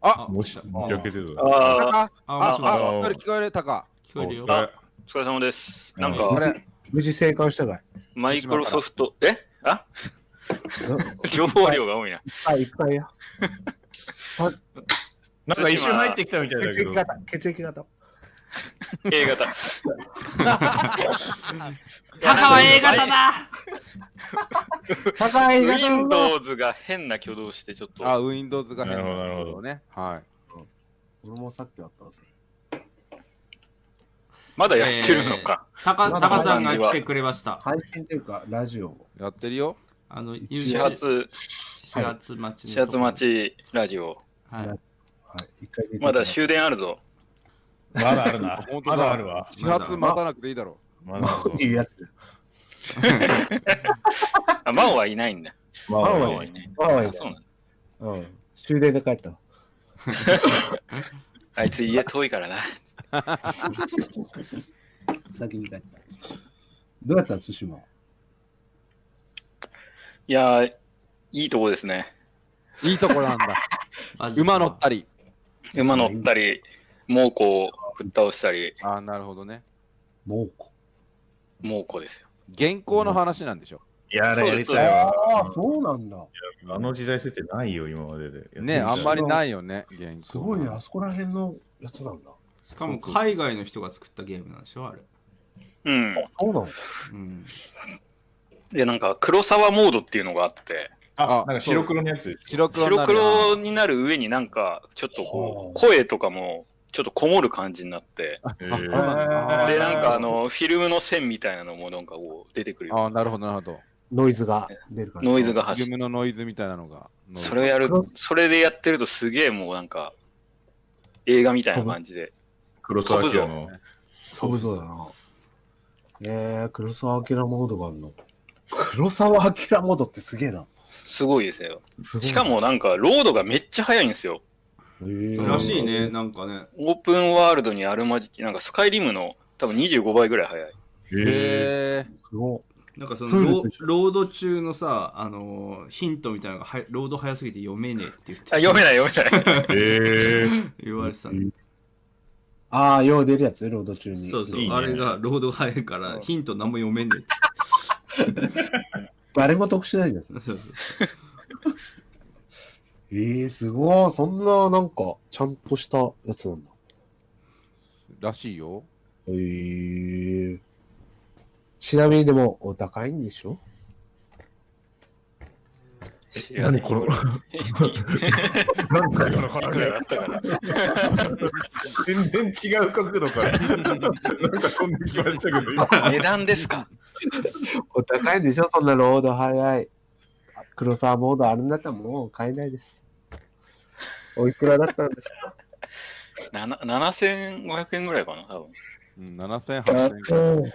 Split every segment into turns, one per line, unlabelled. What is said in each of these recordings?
あ
もし、
あ
めちゃけてる。
ああ、
あ、
あ、
あ、
もしもし
あ
あ、聞こえる、たか。
聞こえるよ
お。疲れ
お疲れ様です。なん
あ
か、
れ、
無事生還したかい
マイクロソフト、えあ
うんいっ
情報量が多いな。
ぱいいっぱいよ。
なんか一瞬入ってきたみたいだ
血
け
液
ど。
型、血液型。
A 型。
タカは A 型だ
高い型の
Windows が変な挙動して、ちょっと。
あ、Windows が変
なるほどなるほど
ね。はい。
俺もさっきあったんですよ。
まだやってるのか。
タカ、タカさんが来てくれました。
配信というか、ラジオを。
やってるよ。
あの、
始
YouTube、
発、
始発待ちの
始発待ちラジオ。
はい。
はい、一回出てき
まだ
し
終電あるぞ。
まだあるな。まだあるわ。
始発待たなくていいだろ
まだあ
っ
る
ていうやつ。
あ、真央はいないんだ。
わ。
青
まだ
いね
あるわ。
ああ、い
あ、そうなんだ。
うん。
終電で帰ったわ。
あいつ家遠いからな。
先に帰った。どうやったん、対馬。
いやー、いいとこですね。
う。いいとこなんだ。
マジか
馬乗ったり。
馬乗ったり、猛虎をぶっ倒したり、
あー、なるほどね。
猛虎。
猛虎ですよ。
現行の話なんでしょ。
やれやりたいわ。
ああ、そうなんだ。
あの時代設定ないよ、今までで。
ね、あんま
り。
りないよね。現
す
行
ごいね、あそこら辺のやつなんだ。
しかも海外の人が作ったゲームなんでしょあれ。
うん。
そうなんだ。
うん。
で、なんか、黒沢モードっていうのがあって、
あ、なんか白黒のやつ。
白黒に
白
なるな
黒になる上になんか、ちょっとこう、声とかも、ちょっとこもる感じになって、
え
あそう
ー
なんだあー
で、なんかあの、フィルムの線みたいなのもなんかこう、出てくるよ
あーなるほど、なるほど。
ノイズが出るから。
ノイズが走る。
夢のノイズみたいなのが。
それをやる、それでやってるとすげえもうなんか、映画みたいな感じで。
黒沢明の。
飛ぶそうだな。えー、黒沢明モードがあるの。黒沢明モードってすげえな。
すごいですよ。
すごいな
しか、もなんか、ロードがめっちゃ速いんですよ。
えー
らしいね、。なんかね。
オープンワールドにあるまじき、なんかスカイリムの多分25倍ぐらい速い。
え
へえ。
すご
なんかそ
プール
のロ
と一緒
ロード中のさ、あのーヒントみたいなのがはロード早すぎて読めねえって言って
あ、読めない読 めない。
ー。えー。
言われてたんだ
ああ、よう出るやつ、ロード中に。
そうそう
いいね
あれがロード早いからヒント何も読めねえって
誰も得してないじゃん。
言ってた。そうそう
えー、すごい。そんな、なんか、ちゃんとしたやつなんだ。
らしいよ。
えー。ちなみにでも、お高いんでしょ
何これ何だよ、この
だったから。
全然違う角度から。なんか飛んできましたけど、今。
値段ですか
お高いんでしょそんなロード早い。あ黒沢モードあるんだったらもう買えないです。おいくらだったんです か
なな ?7500 円ぐらいかな多分。
うん、7000、8000。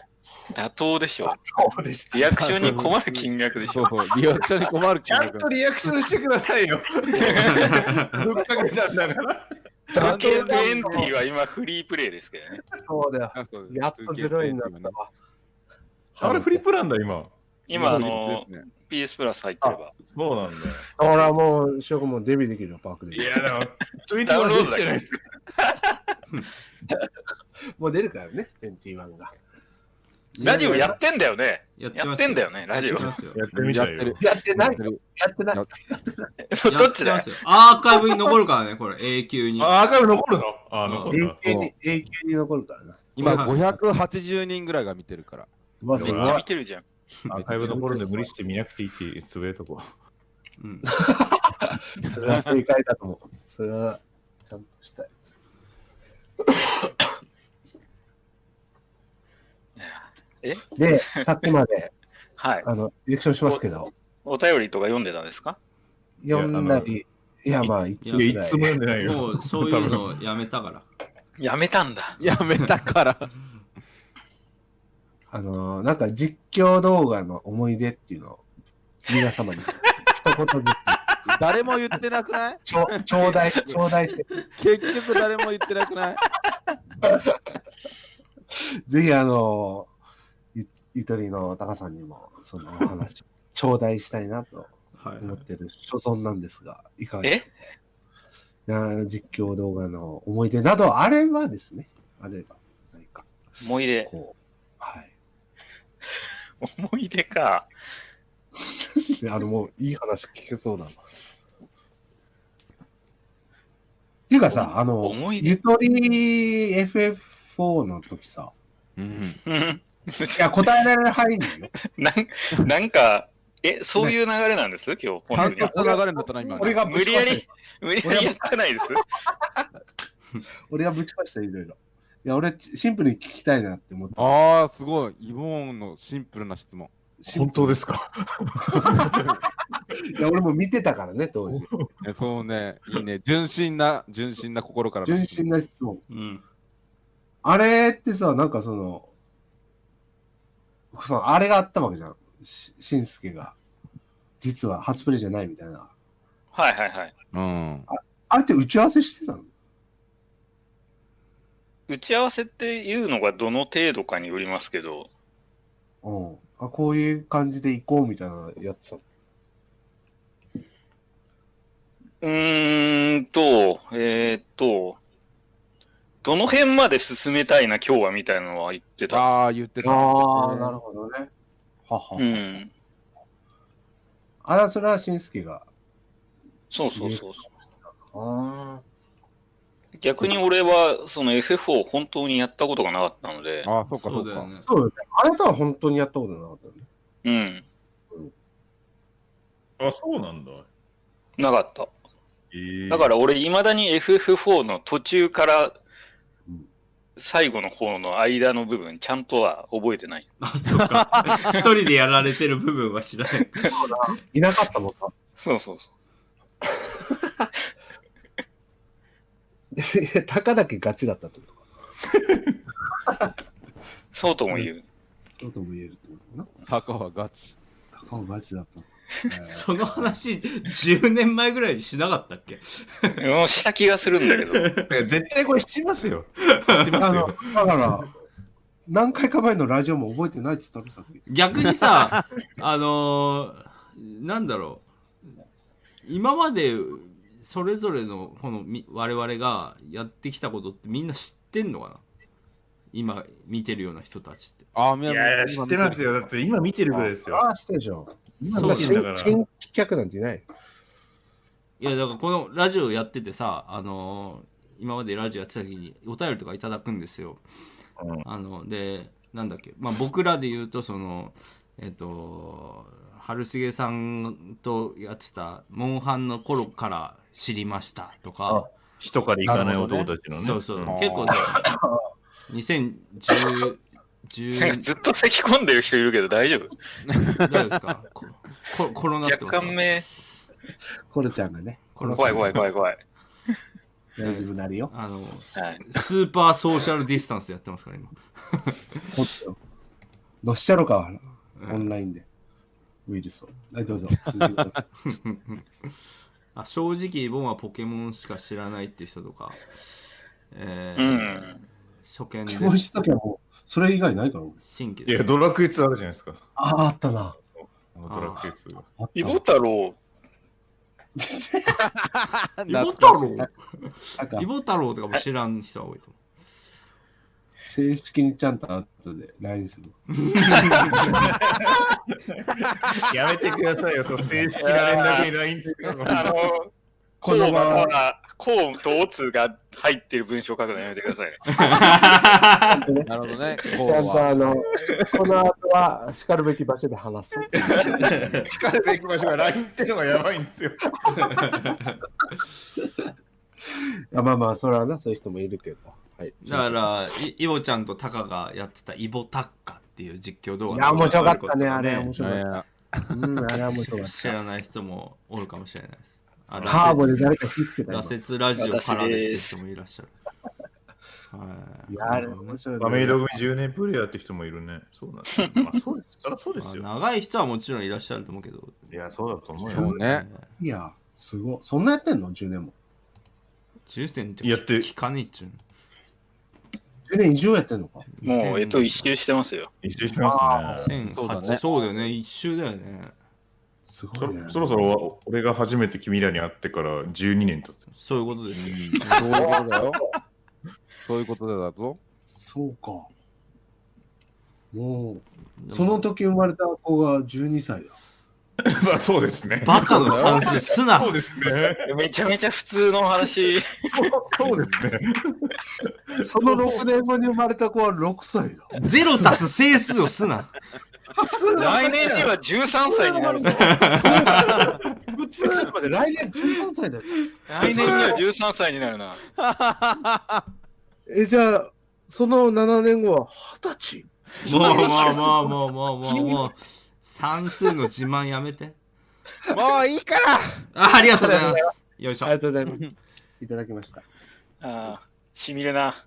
妥当でしょ。
そうでした。
リアクションに困る金額でし
そ
ょ
う。そう、利用者に困る
ち
金
ゃん
額
と。リアクションしてくださ いよ。ぶっかけたんだから。
時計20は今フリープレイですけどね。
そうだよ。やっとゼロになったわ。
あれフリップなんだ、今。
今、あの、PS プラス入ってれば。
そうなんだ。
だからもう、翔くんもデビューできるよ、パークで。
や、でも、ツイ
ダウンロードだけ
すか。
もう出るからね、21が。
ラジオやってんだよね。
やっ
や
ま
っ
す
てんだよね、ラジオ
やって。ますよ
やってみたい
やって
よ
る。
やって
や
な
っ
い
てる
やってない
やっ
どっちだ
や
よ
てます。よアーカイブに残るからね、これ、永久に。
あ、アーカイブ残るのあ、残るん
永
だ。
久に、永久に残るからな。
今580人ぐらいが見てるから。
まあ、
で
め
も
っちゃ見てるじゃん。
アーカイブ残るんで無理して見なくていいってつぶやいとこう。
うん
それは正解だと思う。それは、ちゃんとしたやつ。
え
で、さっきまで、
はい。
あの、リアクションしますけど、
お便りとか読んでたんですか
読んだり、いや、まあ、一応
い
ぐ
や、い
らい
つ。も読んでない
も
よ。
うそうい うのやめたから。
やめたんだ。
やめたから。
あの、なんか実況動画の思い出っていうのを、皆様に、一言ず
誰も言ってなくない
つ、ちょ、ちょうだい、ちょうだいして、
結局誰も言ってなくない
ぜひ、あの、ゆゆとりの高さんにも、そのお 話を、頂戴したいなと
はい
思ってる所存なんですが、いかがで
え
すかな実況動画の思い出などあればですね、あれば、何か、
思い出。
こう、はい。
思い出か。
であの、もういい話聞けそうだな。っていうかさ、あの、
思い出
ゆとり FF4 の時さ、
うん。
うん
いや、答えられる範囲でよ。
なんなんか、え、そういう流れなんです今日、本
単
当に
独。の流れになったな、今。
俺がぶ
無
ち
理
壊
や
した
り、無理やりやってないです。
俺がぶち壊した、いろいろ。いや、俺、シンプルに聞きたいなって思った。
ああ、すごい。イボーンのシンプルな質問。
本当ですか
いや、俺も見てたからね、当時。
えそうね。いいね。純真な、純真な心からの
純
質問
真な質問。
うん。
あれってさ、なんかその、そのあれがあったわけじゃん。ししんすけが。実は初プレイじゃないみたいな。
はいはいはい。
うん。
あれって打ち合わせしてたの
打ち合わせっていうのがどの程度かによりますけど、
うん。あ、こういう感じで行こうみたいなやつさ。
うーんと、えーっと、どの辺まで進めたいな、今日はみたいなのは言ってた。
ああ、言ってた。
ああ、なるほどね。はは。
うん。
あら、それはしんすけが。
そうそうそうそ
あ
う。逆に俺は、その FF を本当にやったことがなかったので、
ああ、そうか、
そ
そうう
だよ
か。
ね。
そうよね。あなたは本当にやったことなかったよね。
うん。
あ、そうなんだ。
なかった。
えー
だから俺、いまだに FF4 の途中から
うん
最後の方の間の部分、ちゃんとは覚えてない。
あ、そうか。一人でやられてる部分は知ら ない。
いなかったもんか。
そうそうそ
いや高だけガチだったってことか。
う。そうとも言う。
そうとも言えるってことか
タカはガチ。
な。高がガチだった。
その話、10年前ぐらいにしなかったっけ
もうした気がするんだけど。
絶対これしますよ。しま
あ
す
の
よ。
だから、何回か前のラジオも覚えてないって言ったのさっき。
逆 にさ、あのーなんだろう。今まで、それぞれの、このみ、我々がやってきたことってみんな知ってんのかな今、見てるような人たちって。
ああ、み
いやいや、知ってますよ。だって今見てるぐらいですよ。
ああ、してるでしょ。今
そうだ
新
だから
新規客なんていない。
いや、だからこのラジオやっててさ、あのー今までラジオやってた時にお便りとかいただくんですよ。
うん
あの、で、なんだっけ、まあ僕らで言うと、その、えっと、春重さんとやってた、モンハンの頃から知りましたとか、
人から行かない男たちのね。
そうそう、
ん
結構ね、2010、
なんか
10
ずっと咳込んでる人いるけど大丈夫
大丈夫ですかこココロナって
若
ますか
干目
コルちゃんがね、
コロナ
怖い怖い怖い怖い。
大丈夫なるよ。
あの、
はい、
スーパーソーシャルディスタンスでやってますから、今。
ほっとよどうしちゃろうか、
うん
オンラインで。ウイルスを。はい、どうぞ。続けてください
あ正直、ボンはポケモンしか知らないって人とか、え
う
ー
ん。
初見で
もう一時はもう、それ以外ないから。俺
新規
い
で
や、
す。
ドラクエ2あるじゃないですか。
ああ、あったな。
あのドラクエ2が。
あった
イボ太郎、
イボ太郎
なんか
イボ太郎とかも知らん人は多いと思
正式にちゃんと後で LINE する。
やめてくださいよ、そう正式な連絡に LINE つくの。
あの、こ
この
う
場合
ほら、こうとおつが入ってる文章書くのやめてください。
なるほどね。こ
ちゃん
うは
とあの、この後は、叱るべき場所で話そう。
叱るべき場所が LINE ってのがやばいんですよ。
あまあまあ、それはな、そういう人もいるけど。はい。
う。だから、いイボちゃんとタカがやってたイボタッカっていう実況動画
いや、面白かったね、あれ。面
面白
白
い
かっ
や
た。うん、あれは面白かっ
知らない人もおるかもしれないです。あ
た。カーボで誰か火つけた
羅
よ。
刹ラジオからですって人もいらっしゃる。はい
いや、あれ面白いね。
アメイド組10年プレイヤーって人もいるね。そうなんですよ。まあ、そうです。そりゃそうですよ。
まあ長い人はもちろんいらっしゃると思うけど、
いや、そうだと思う
そ
よ
う。ね。
いや、すごい。そんなやってんの ?10 年も。
10点って
やって
聞かねえっちゅうの
10年以上やってんのか。
もう、えっと、一周してますよ。
一周してますね。
2008
そうだね
そうだよね、一周だよね。
そ
すごいね
ろ。そろそろ俺が初めて君らに会ってから12年経つ。
そういうことですよ
そういうことだよ。 そういうことだぞ。
そうか。もう、その時生まれた子が12歳だ。
まあそうですね。
バカの算数すな
そうですね。
めちゃめちゃ普通の話。
そうですね。
その6年後に生まれた子は6歳だ。
ゼロ足す整数をすな
来年には13歳になるぞ。
普通ちょっと 待って、来年14歳だよ。
来年には13歳になるな。
え、じゃあ、その7年後は20歳
もうもうもうもうもうもうもう算数の自慢やめて
もういいから
あありがとうございますよいし
あ
ょ
りがとうございます。いただきました。
ああ、しみるな。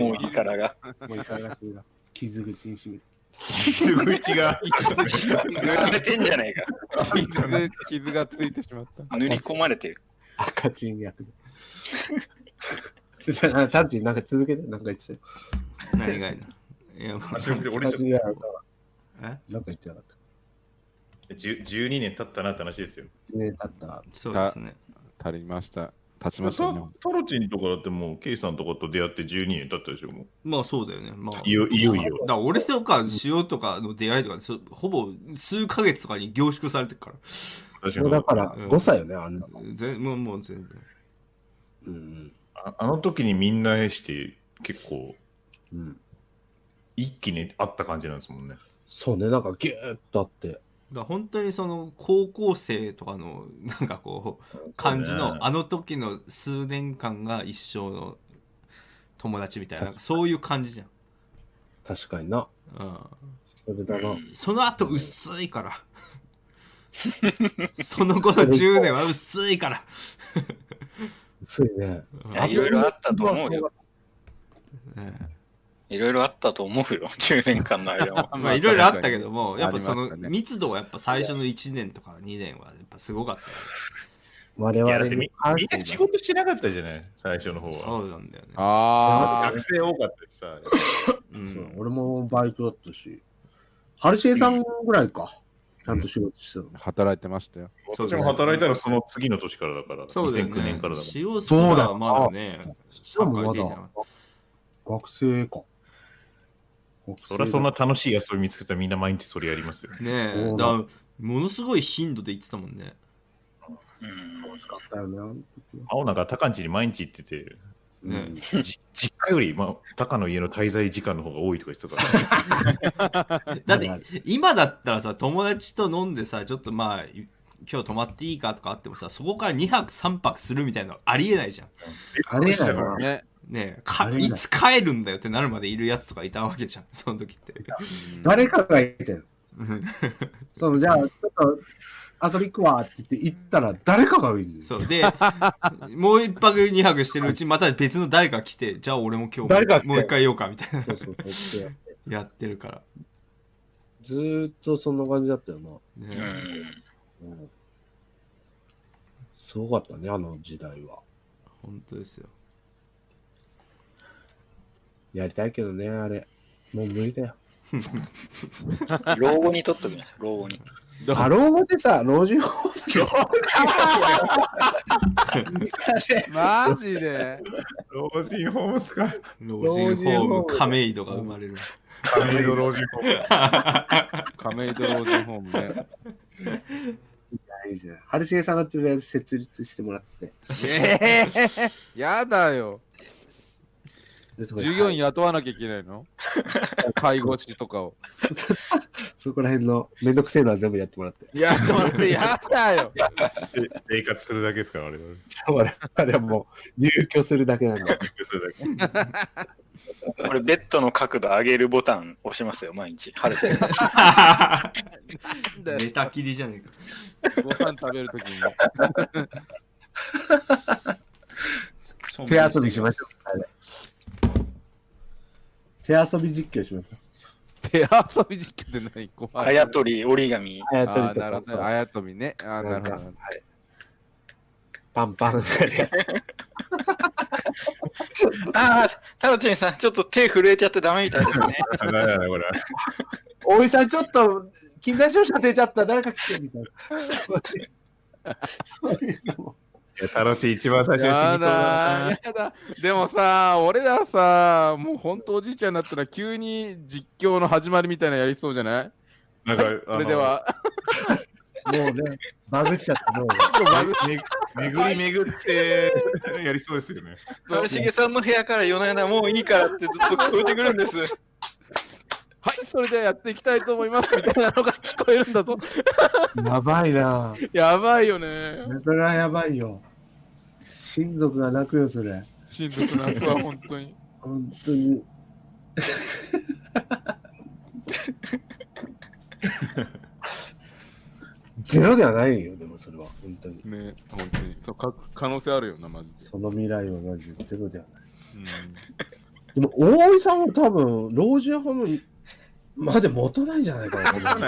もういいからが。
もういいから傷口にしめる。
傷口が。
塗られてんじゃねえか。
傷で 傷がついてしまった。
塗り込まれてる。
赤チン役で。タッチなんか続けて、なんか言ってたよ。
何がいいないやもう
足の首折れちゃっ
タッチがなんか
え
なんか言ってなかっ
た。
た。
じゅ12年経ったなって話ですよ。
ね経った。
そうですね
足りました。立ちましたね。
タロチンとかだってもう、ケイさんとかと出会って12年経ったでしょ、もう。
まあそうだよねまあ
いよいよいよ。
だから俺とか塩とかの出会いとかそほぼ数ヶ月とかに凝縮されてるから
確
もうだ
か
か
に
ら5歳よね、あんなの。
ぜもうもう全然
うん
ああの時にみんな愛して、結構、
うん。うん。
一気に会った感じなんですもんね。
そうね、なんかギューッとあって。
だから本当にその高校生とかのなんかこう感じ
ね
のあの時の数年間が一生の友達みたいななんかそういう感じじゃん、
確かにな。
うん、
それだな。
その後薄いからその後の10年は薄いから
薄いね。
いやいろいろあったと思うよ。
ね
いろいろあったと思うよ。10年間の間 も。
まあいろいろあったけどもやっぱそ
あり
の
ましたね
密度はやっぱ最初の1年とか2年はやっぱすごかったよ
我
い
々
や、だってみ
に
み
関
ん
して
な仕事してなかったじゃない、最初の方は。
そうなんだよね
あ
学生多かったしさ。
う
そう、
ん
俺もバイトだったし、ハルシエさんぐらいか、ちゃんと仕事してたの。
あ、働いてましたよ。
そう
私
だ
も
よね
働いたらその次の年からだから、
そうだよ
2009
ね
年からだか
塩すらまだね
しかも
社
ま
会出てなか
だ
った
学生か。
ら。
学生
そりゃそんな楽しい遊び見つけたらみんな毎日それやりますよ。
ねえ
そう
だ
だ
からものすごい頻度で言ってたもんね
うん
楽しかったよねあの時は
青なんか高んちに毎日行ってて、
ね
うん
じ実家より、まあ、高の家の滞在時間の方が多いとか言ってたから。
だって今だったらさ友達と飲んでさちょっとまあい今日泊まっていいかとかあってもさそこから2泊3泊するみたいなのありえないじゃん
あれだよな。
ね。
ねえか
ありえない
いつ帰るんだよってなるまでいるやつとかいたわけじゃんその時って
誰かがいてん
うん
そのじゃあ、ちょっと遊び行くわって言って行ったら、誰かがいる。
そうでもう1泊2泊してるうちまた別の誰か来てじゃあ俺も今日
誰か来て
もう一回言おうかみたいな
そうそうそうやって
やってるから、
ずーっとそんな感じだったよな。
う
ねえ
ん
うんすごかったね、あの時代は。
本当ですよ
やりたいけどね、あれ。もう無理だよ。
老後にとっときましょう。老後に。
あ、老後ってさ、老人ホ
マジで
老人ホームっすか
老人
人
ホー
ホー
ム
ム
亀戸が生まれる
亀戸老人ホーム。
亀戸老人ホームね。
ームいいじゃん。春重さんがとりあえず設立してもらって。
ええやだよ。
でそこで
従業員雇わなきゃいけないの介護士とかを。
そこら辺のめんどくせえのは全部やってもらって。
いや、それやだよ。
生活するだけですから、あれは。
あれはもう入居するだけ なんだ。
それだけ
これ、ベッドの角度上げるボタン押しますよ、毎日。春先生。
寝たきりじゃねえか
ご飯食べるときに。
手遊びしましょう。あれ手遊び実況しましょう。
手遊び実況って何怖
あ
い。
やとり、折り紙。
あやとり
あ
と
なる
か
ほ
そう
ど。あやとみね。あな
な
る
ん
ほ
か、
ど
は。い、パンパンで。
ああ、タロチンさん、ちょっと手震えちゃってダメみたいですね。
あ。だめだな、これ。
おいさん、ちょっと、禁断症状出ちゃった。誰か来てみたい な。
やタロティ一番最初に死にそうだな。
やだ。でもさ、俺らさ、もう本当おじいちゃんになったら急に実況の始まりみたいなのやりそうじゃない
なんか、あの
それで。は、
もうね、バグっちゃった。もう
めめぐりめぐってやりそうですよね。
丸重さんの部屋から夜な夜なもういいからってずっと聞こえてくるんです。
はい、それではやっていきたいと思いますみたいなのが聞こえるんだぞ。
やばいな。
やばいよね。
それはやばいよ。親族が泣くよ、それ。
親族の人は本当に。
本当に。 ゼロではないよ、でもそれは、本当に。
ね、本当に。そうか可能性あるよな、マジで。
その未来はマジでゼロではない。
うん
でも、大井さんは多分、老人ホームまで持たないんじゃないかな。
わかん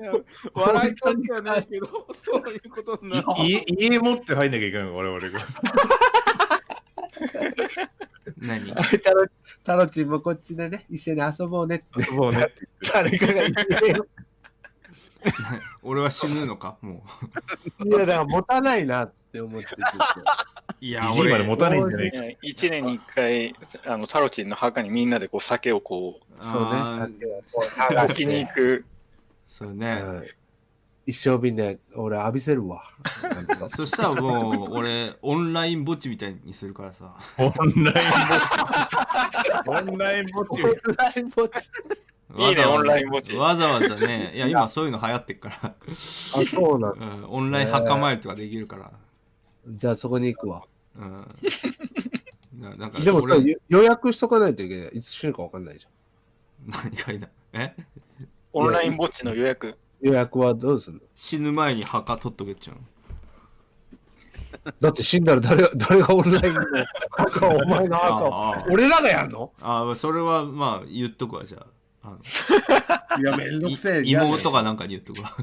ないわかんな
危ねえ笑い
い
そうじゃないけど、そういうことになる。
家家持って入んなきゃいけないの我々が。
何
タロタロチンもこっちでね、一緒に遊ぼうねって、
そうね。
誰かが言ってよ。
俺は死ぬのかも
いや、だから持たないなって思ってて。
う。いや
じじいまで持たないんじゃないか。
1年に1回、あのタロチンの墓にみんなでこう酒をこう、
そうね、
あー
酒をこう流
置きに行く。
そうね。
うん一生瓶で俺浴びせるわ。
そしたらもう、俺、オンライン墓地みたいにするからさ。
オンライン墓地。オンライン墓地。
いいね、オンライ
ン
ン墓地。
わざわざ ね、いや、今そういうの流行ってっから、
あ、そうなん
うん、オンライン墓参りとかできるから。
じゃあそこに行くわ。
うん。ななんか
でもさ
俺、
予予約しとかないといけない。いつ死ぬかわかんないじ
何がいいな。え
オンライン墓地の予約。
ゃん。予約はどうする
死ぬ前に墓取っとけっちゃう
のだって死んだら誰が 誰がオンラインの赤をお前の赤を。
あ
俺らがやるの
ああ、それはまあ言っとくわ、じゃあ。あの
いや、めんどくせえ。
い妹がなんかに言っとく わ。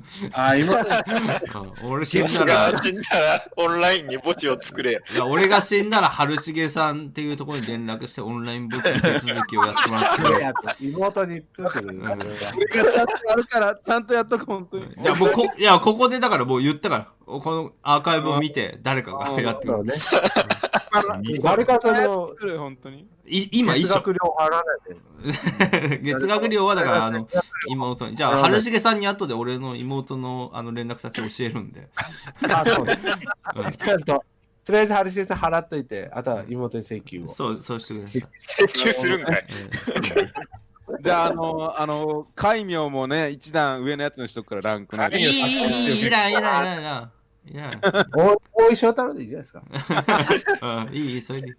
あ、妹。
うん俺死ん
死
だ
んだ
ら
ら、、オンラインに墓地を作れ。
いや俺が死んだら、春重さんっていうところに連絡して、オンライン墓地の手続きをやってもらって。
妹に言っとくけどね。
ちゃんとあるから、ちゃんとやっとく、本当に。
いや、もうこ、いや、ここでだからもう言ったから、このアーカイブを見て、誰かがやってく
そ
る。
うね。
誰かその、
作る本当に。
い今、一
月
緒。
額料払わないで。
月額料はだから、あ の、妹に。じゃあ、春重さんに後で俺の妹のあの連絡先教える んで。
あ、そうね。ちゃんと、とりあえず春重さん払っといて、あとは妹に請求を。
そう、そうしてください。
請求するんかい。
え
じゃあ、あの、あの、戒名もね、一段上のやつにしとくから、ランク
え
ね。
いい、いい、いい、いらん、いらん、いらん、いらん。いらん
お大井翔太郎でいいじゃないですか。
うん、いい、いい、それで。い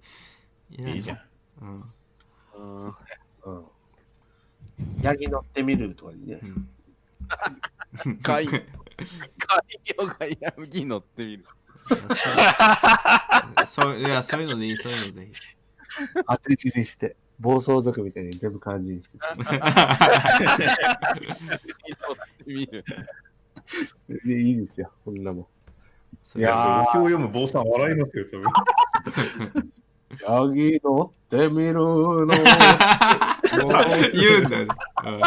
らん
いいじゃん。
うん。
うん
うん。ヤギ乗ってみるとかいいじゃないで
う
すか。
ん
海洋がやむぎ乗ってみる。
そう、いや、そういうのでいい、そういうの でいい。
当て字にして、暴走族みたいに全部漢字にして。
見る。
でいいですよ、こんなも
そ
いう
いうの
や、今日読む坊さん笑いますよ、多分。
ん。ヤギ乗ってみる の。
言うんだよね。うん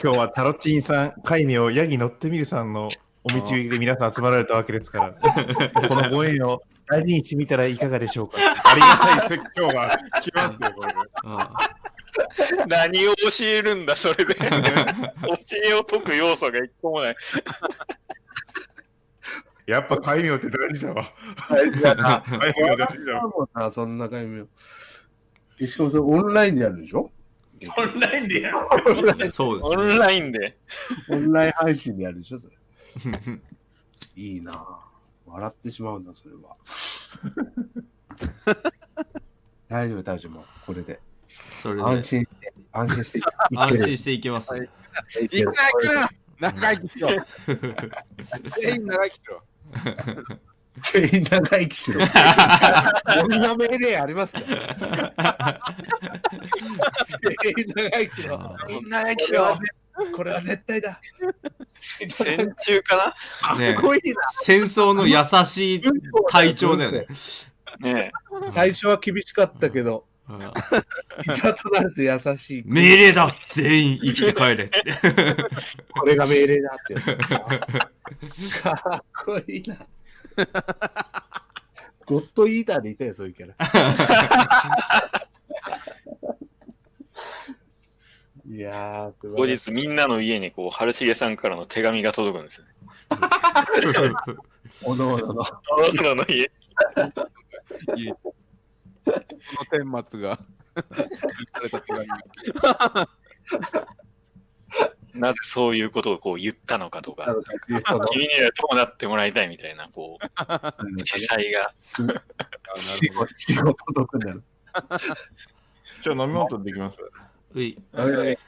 今日はタロチンさん、海名、ヤギ乗ってみるさんのお道で皆さん集まられたわけですから、このご縁を大事にしてみたらいかがでしょうか。ありがたい説教が来ますよ、これ。
あ
何を教えるんだ、それ で。教えを解く要素が一個もない。
やっぱ海名って大事だわ。
大事だな。
海名大事だわ。
もな、そんな感じよ。えしかもそれオンラインでやるでしょ
オンラインでやる。
あそう
オンラインで。
オンライン配信でやるでしょそれ。
ですね。
いいな笑ってしまうんだ、それは。 大丈夫、大丈夫。もうこれで。
それで
安心して、安心して。
安心していけますね。
い
い
け
く
る
らいくら長生きしろ。全員長生きしろ。
全員長生きしろ。こんな命令ありますか全員長生きしろ。
あ
みんな生
これは絶これは絶対だ。
戦中か
あねえ
すごいな。
戦争の優しい体調だよね。
なね
最初は厳しかったけど、
あ
いざとなると優しい。
命令だ全員生きて帰れって。
これが命令だってやつ。かっこいいな。ゴッドイーターでいたよ、そういうキャラ。いやー、素
後
晴らしい
日みんなの家にこう、春重さんからの手紙が届くんですよね。
おのおのの。
あなたの家。
この天末が。
なぜそういうことをこう言ったのかと
あ
か
の、ゲストの
君にはどうなってもらいたいみたいな、こう、地裁が。
仕事仕事届くんだろ。
ちょ、飲み物取ってきます。
ういう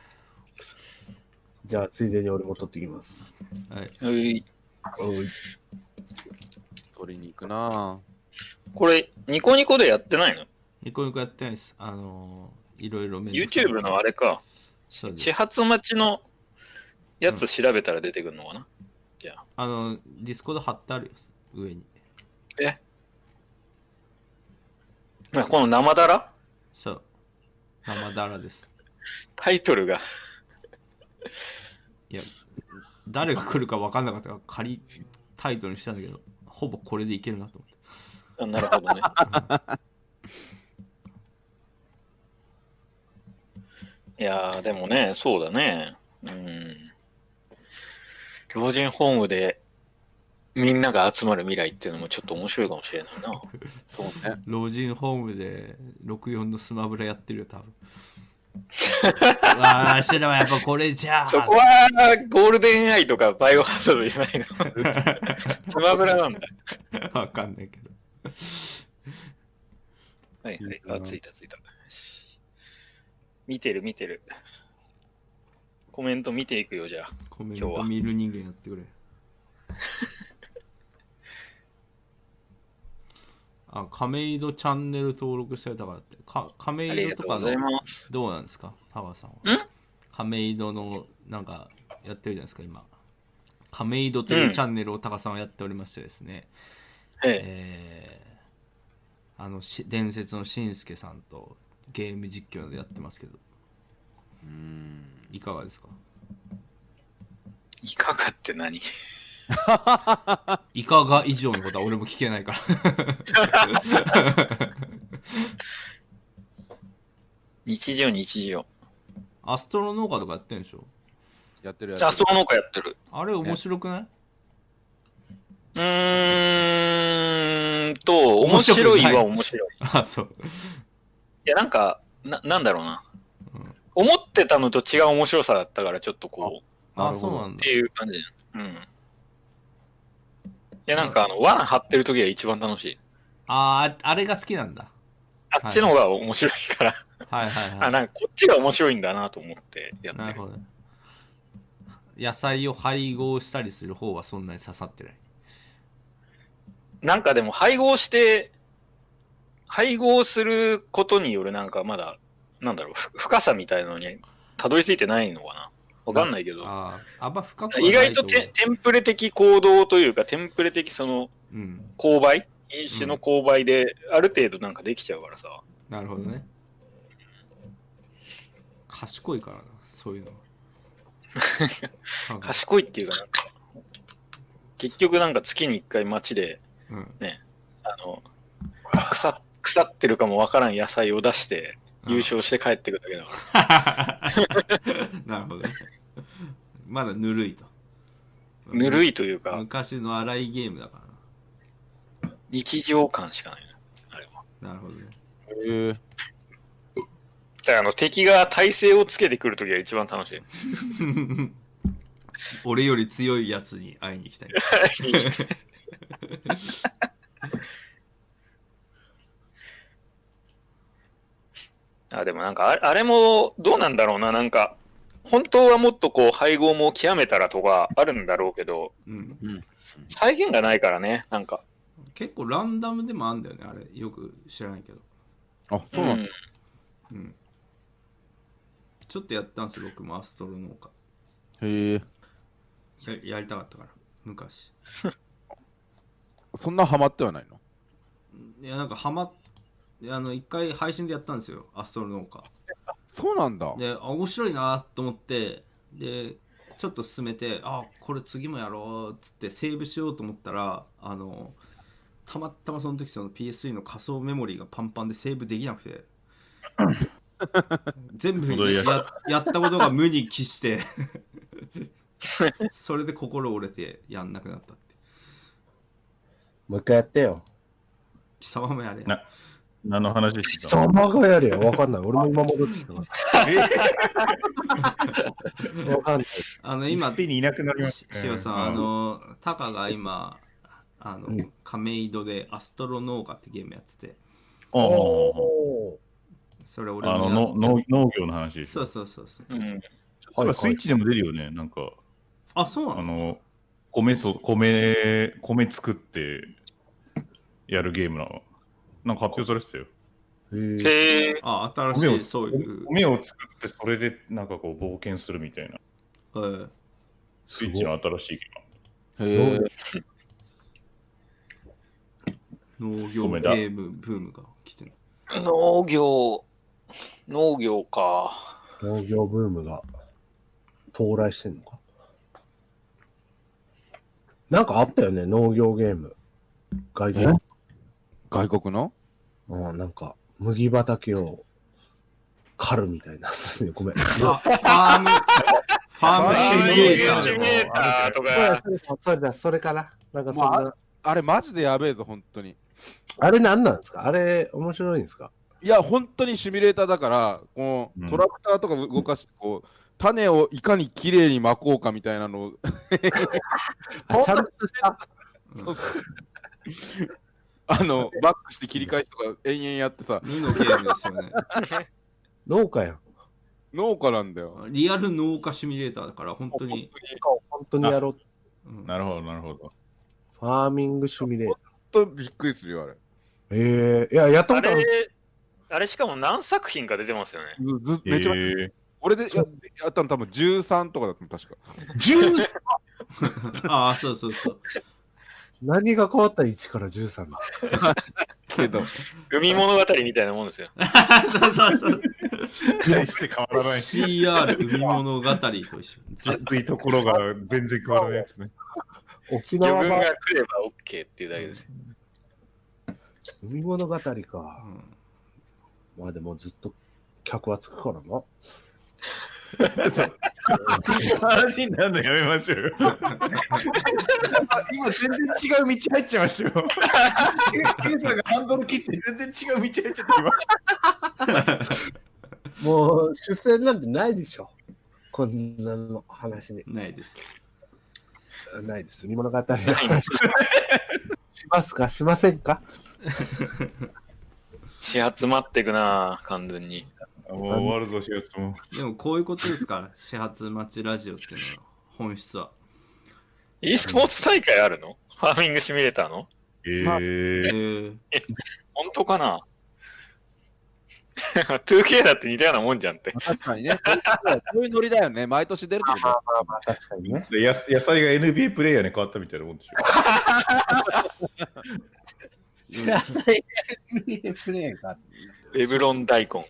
じゃあ、ついでに俺も取ってきます。
はい。
うい
おい
取りに行くな
これ、ニコニコでやってないの
ニコニコやってないです。あのー、いろいろ面倒くさい
?YouTube のあれか、
そうです
始発待ちのやつ調べたら出てくるのかな、
あの、ディスコード貼ってあるよ、上に。
あこの生だら
そう。生だらです。
タイトルが。
いや、誰が来るか分かんなかったから、仮タイトルにしたんだけど、ほぼこれでいけるなと思って。
あなるほどね。いやー、でもね、そうだね。うん。老人ホームでみんなが集まる未来っていうのもちょっと面白いかもしれないな。
そうね。
老人ホームで64のスマブラやってるよ、多分。 ああ、してればやっぱこれじゃあ。
そこはゴールデンアイとかバイオハザードじゃ ないの。スマブラなんだ。
わかんないけど。
はいはい。あ、ついたついた。見てる見てる。コメント見ていくよ、じゃあ。
コメン
今日
ト
は
見る人間やってくれ。あ、亀戸チャンネル登録されたからって。か
あ
亀
り
戸
が
とか
とうご
の
ざいます。
どうなんですか、タワーさんは。
ん
亀戸の、なんか、やってるじゃないですか、今。亀戸といううんチャンネルをタカさんはやっておりましてですね、
ええ
えーあの、し伝説のしんすけさんとゲーム実況でやってますけど、
うん。
いかがですか
いかがって何
いかが以上のことは俺も聞けないから。
日常日常。
アストロ農家とかやってるんでしょ
やってるや
あ、
つ。
そう農家やってる。
あれ面白くないう
ーんと、
面
面
白
白
く
い
ない
は面白い。
あ、そう。
いや、なんか、な、なんだろうな
うん。
思ってたのと違う面白さだったから、ちょっとこう、
あ、
なる
そ
ほど
うなん
っ
だ
て。いう感じじゃん。うん。いや、なんか、あの、罠張ってる時が一番楽しい。
あー、ああれが好きなんだ。
あっちの方が面白いから、
はいはいはい
あ、。なんか、こっちが面白いんだなと思ってやって
な
る
る。ほどね野菜を配合したりする方はそんなに刺さってない
なんかでも配合して、配合することによるなんかまだ、なんだろう、ふ深さみたいなのにたどり着いてないのかなわかんないけど。
あああんま深くはない
意外と
思う
テテンプレ的行動というか、テンプレ的その
うん
勾配飲酒の勾配で、ある程度なんかできちゃうからさ。
なるほどね賢いからなそう いうのはなんか
賢いっていうかなんか、結局なんか月に一回街で、
うん
あの、腐腐ってるかもわからん野菜を出して、優勝して帰ってくるだけだから。
なるほどね まだぬるいと
ぬるいというか、
昔の荒いゲームだか
日常感しかない。
らななるほどね
へえ
だからあの敵が体勢をつけてくるときが一番楽し い。
俺より強いやつに会いに行き たい
あでもなんかあれあれもどうなんだろうな、なんか本当はもっとこう配合も極めたらとかあるんだろうけど、
うん
再現がないからね、なんか。
結構ランダムでもあんだよねあれよく知らないけど
あ、そうなんだ。
ん
うんちょっとやったんですよ僕もアストロ農
へえ。
家ややりたかったから昔
そんなハマってはないの
いやなんかハマっであの一回配信でやったんですよアストロノーカ
そうなんだ。
であ面白いなと思ってでちょっと進めてあこれ次もやろうっつってセーブしようと思ったらあのたまたまその時その PSE の仮想メモリーがパンパンでセーブできなく て全部
戻り
や
やした
やったことが無に帰してそれで心折れてやんなくなったって
もう一回やってよ。
貴様もやれ
な何の話してた
サマがやれよ。わかんない。俺も今戻ってきたから。わかんない。
あの
今、
今
いっぺんにいなくなりましたね。
しおさん、あ
うん
の、タカが今、あの、
うん
亀戸でアストロノーカってゲームやってて、
お
それ
ー
俺
あ
も
の
や
のの農業の話でし
そ
ょ
う。そうそうそう。
うん。
なんかスイッチでも出るよね。なんか、
あ、そうな
あ
の
の、米そ、米、米作ってやるゲームなの。なんか発表されてたよ。
へえ。
あ、新
米
しい、
を
そういう、
米を作って、それでなんかこう冒険するみたいな。
えー
スイッチの新しいゲ
へえ。
農業
米
ゲ
だ
ームブームが来てる。
農業、農業か。
農業ブームが到来してんのか。なんかあったよね、農業ゲーム。外国。
外国の
うん、なんか、麦畑を狩るみたいな。 ごめん。
あ、ファーム、ファームシミュレータ
シ
ー
ミュ
の
レーターとか。
それだ、それかな。なんかそんな、
まあれマジでやべえぞ、本当に。
あれなんなんですかあれ、面白いんですか
いや、本当にシミュレーターだから、こ
うん
のトラクターとか動かして、こう、種をいかに綺麗にまこうかみたいなのを、
あちゃんとした。
あの、バックして切り返しとか延々やってさ、
2のゲームですよね。
農家やん。
農家なんだよ。
リアル農家シミュレーターだから、本当に。
農家を本当にやろう。
うん
ーム。なるほど、なるほど。
ファーミングシミュレーター。
本当びっくりするよ、あれ。
ええいや、やった
あ
ことある。
れ、あれしかも何作品か出てますよね。
ずず
え
めちゃめちゃ、
ー、
俺でややったの多分13とかだったの、確か。
10!
ああ、そうそうそう。
何が変わった ?1 から13の。
けど、
海物語みたいなもんですよ。
そうそうそう。
大して変わら ない。
CR 海物語と一緒。ず
熱いところが全然変わらないや つね。
沖
余
縄
分
版
が来れば OK っていうだけですよ。
海物語
う
か。
ん
まあでもずっと客はつくからな。
話になるのやめましょうよ。今全然違う道入っちゃいましたよ。ケンさんがハンドル切って全然違う道入っちゃった。
もう出世なんてないでしょ。こんなの話に。
ないです。
ないです。海物語の話。しますかしませんか
血集まってくな完全に。
もう終わるぞ、4月も。
でもこういうことですから、始発待ちラジオっていうのは、本質は。
e スポーツ大会あるのファーミングシミュレーターの
えー
えー、
本当かな 2K だって似たようなもんじゃんって。
確かにね。そういうノリだよね。毎年出るってことだよ
確かにね。
でや野菜が NBA プレイヤーに変わったみたいなもん でしょ。
野菜 NBA プレイが。
レブロン大根。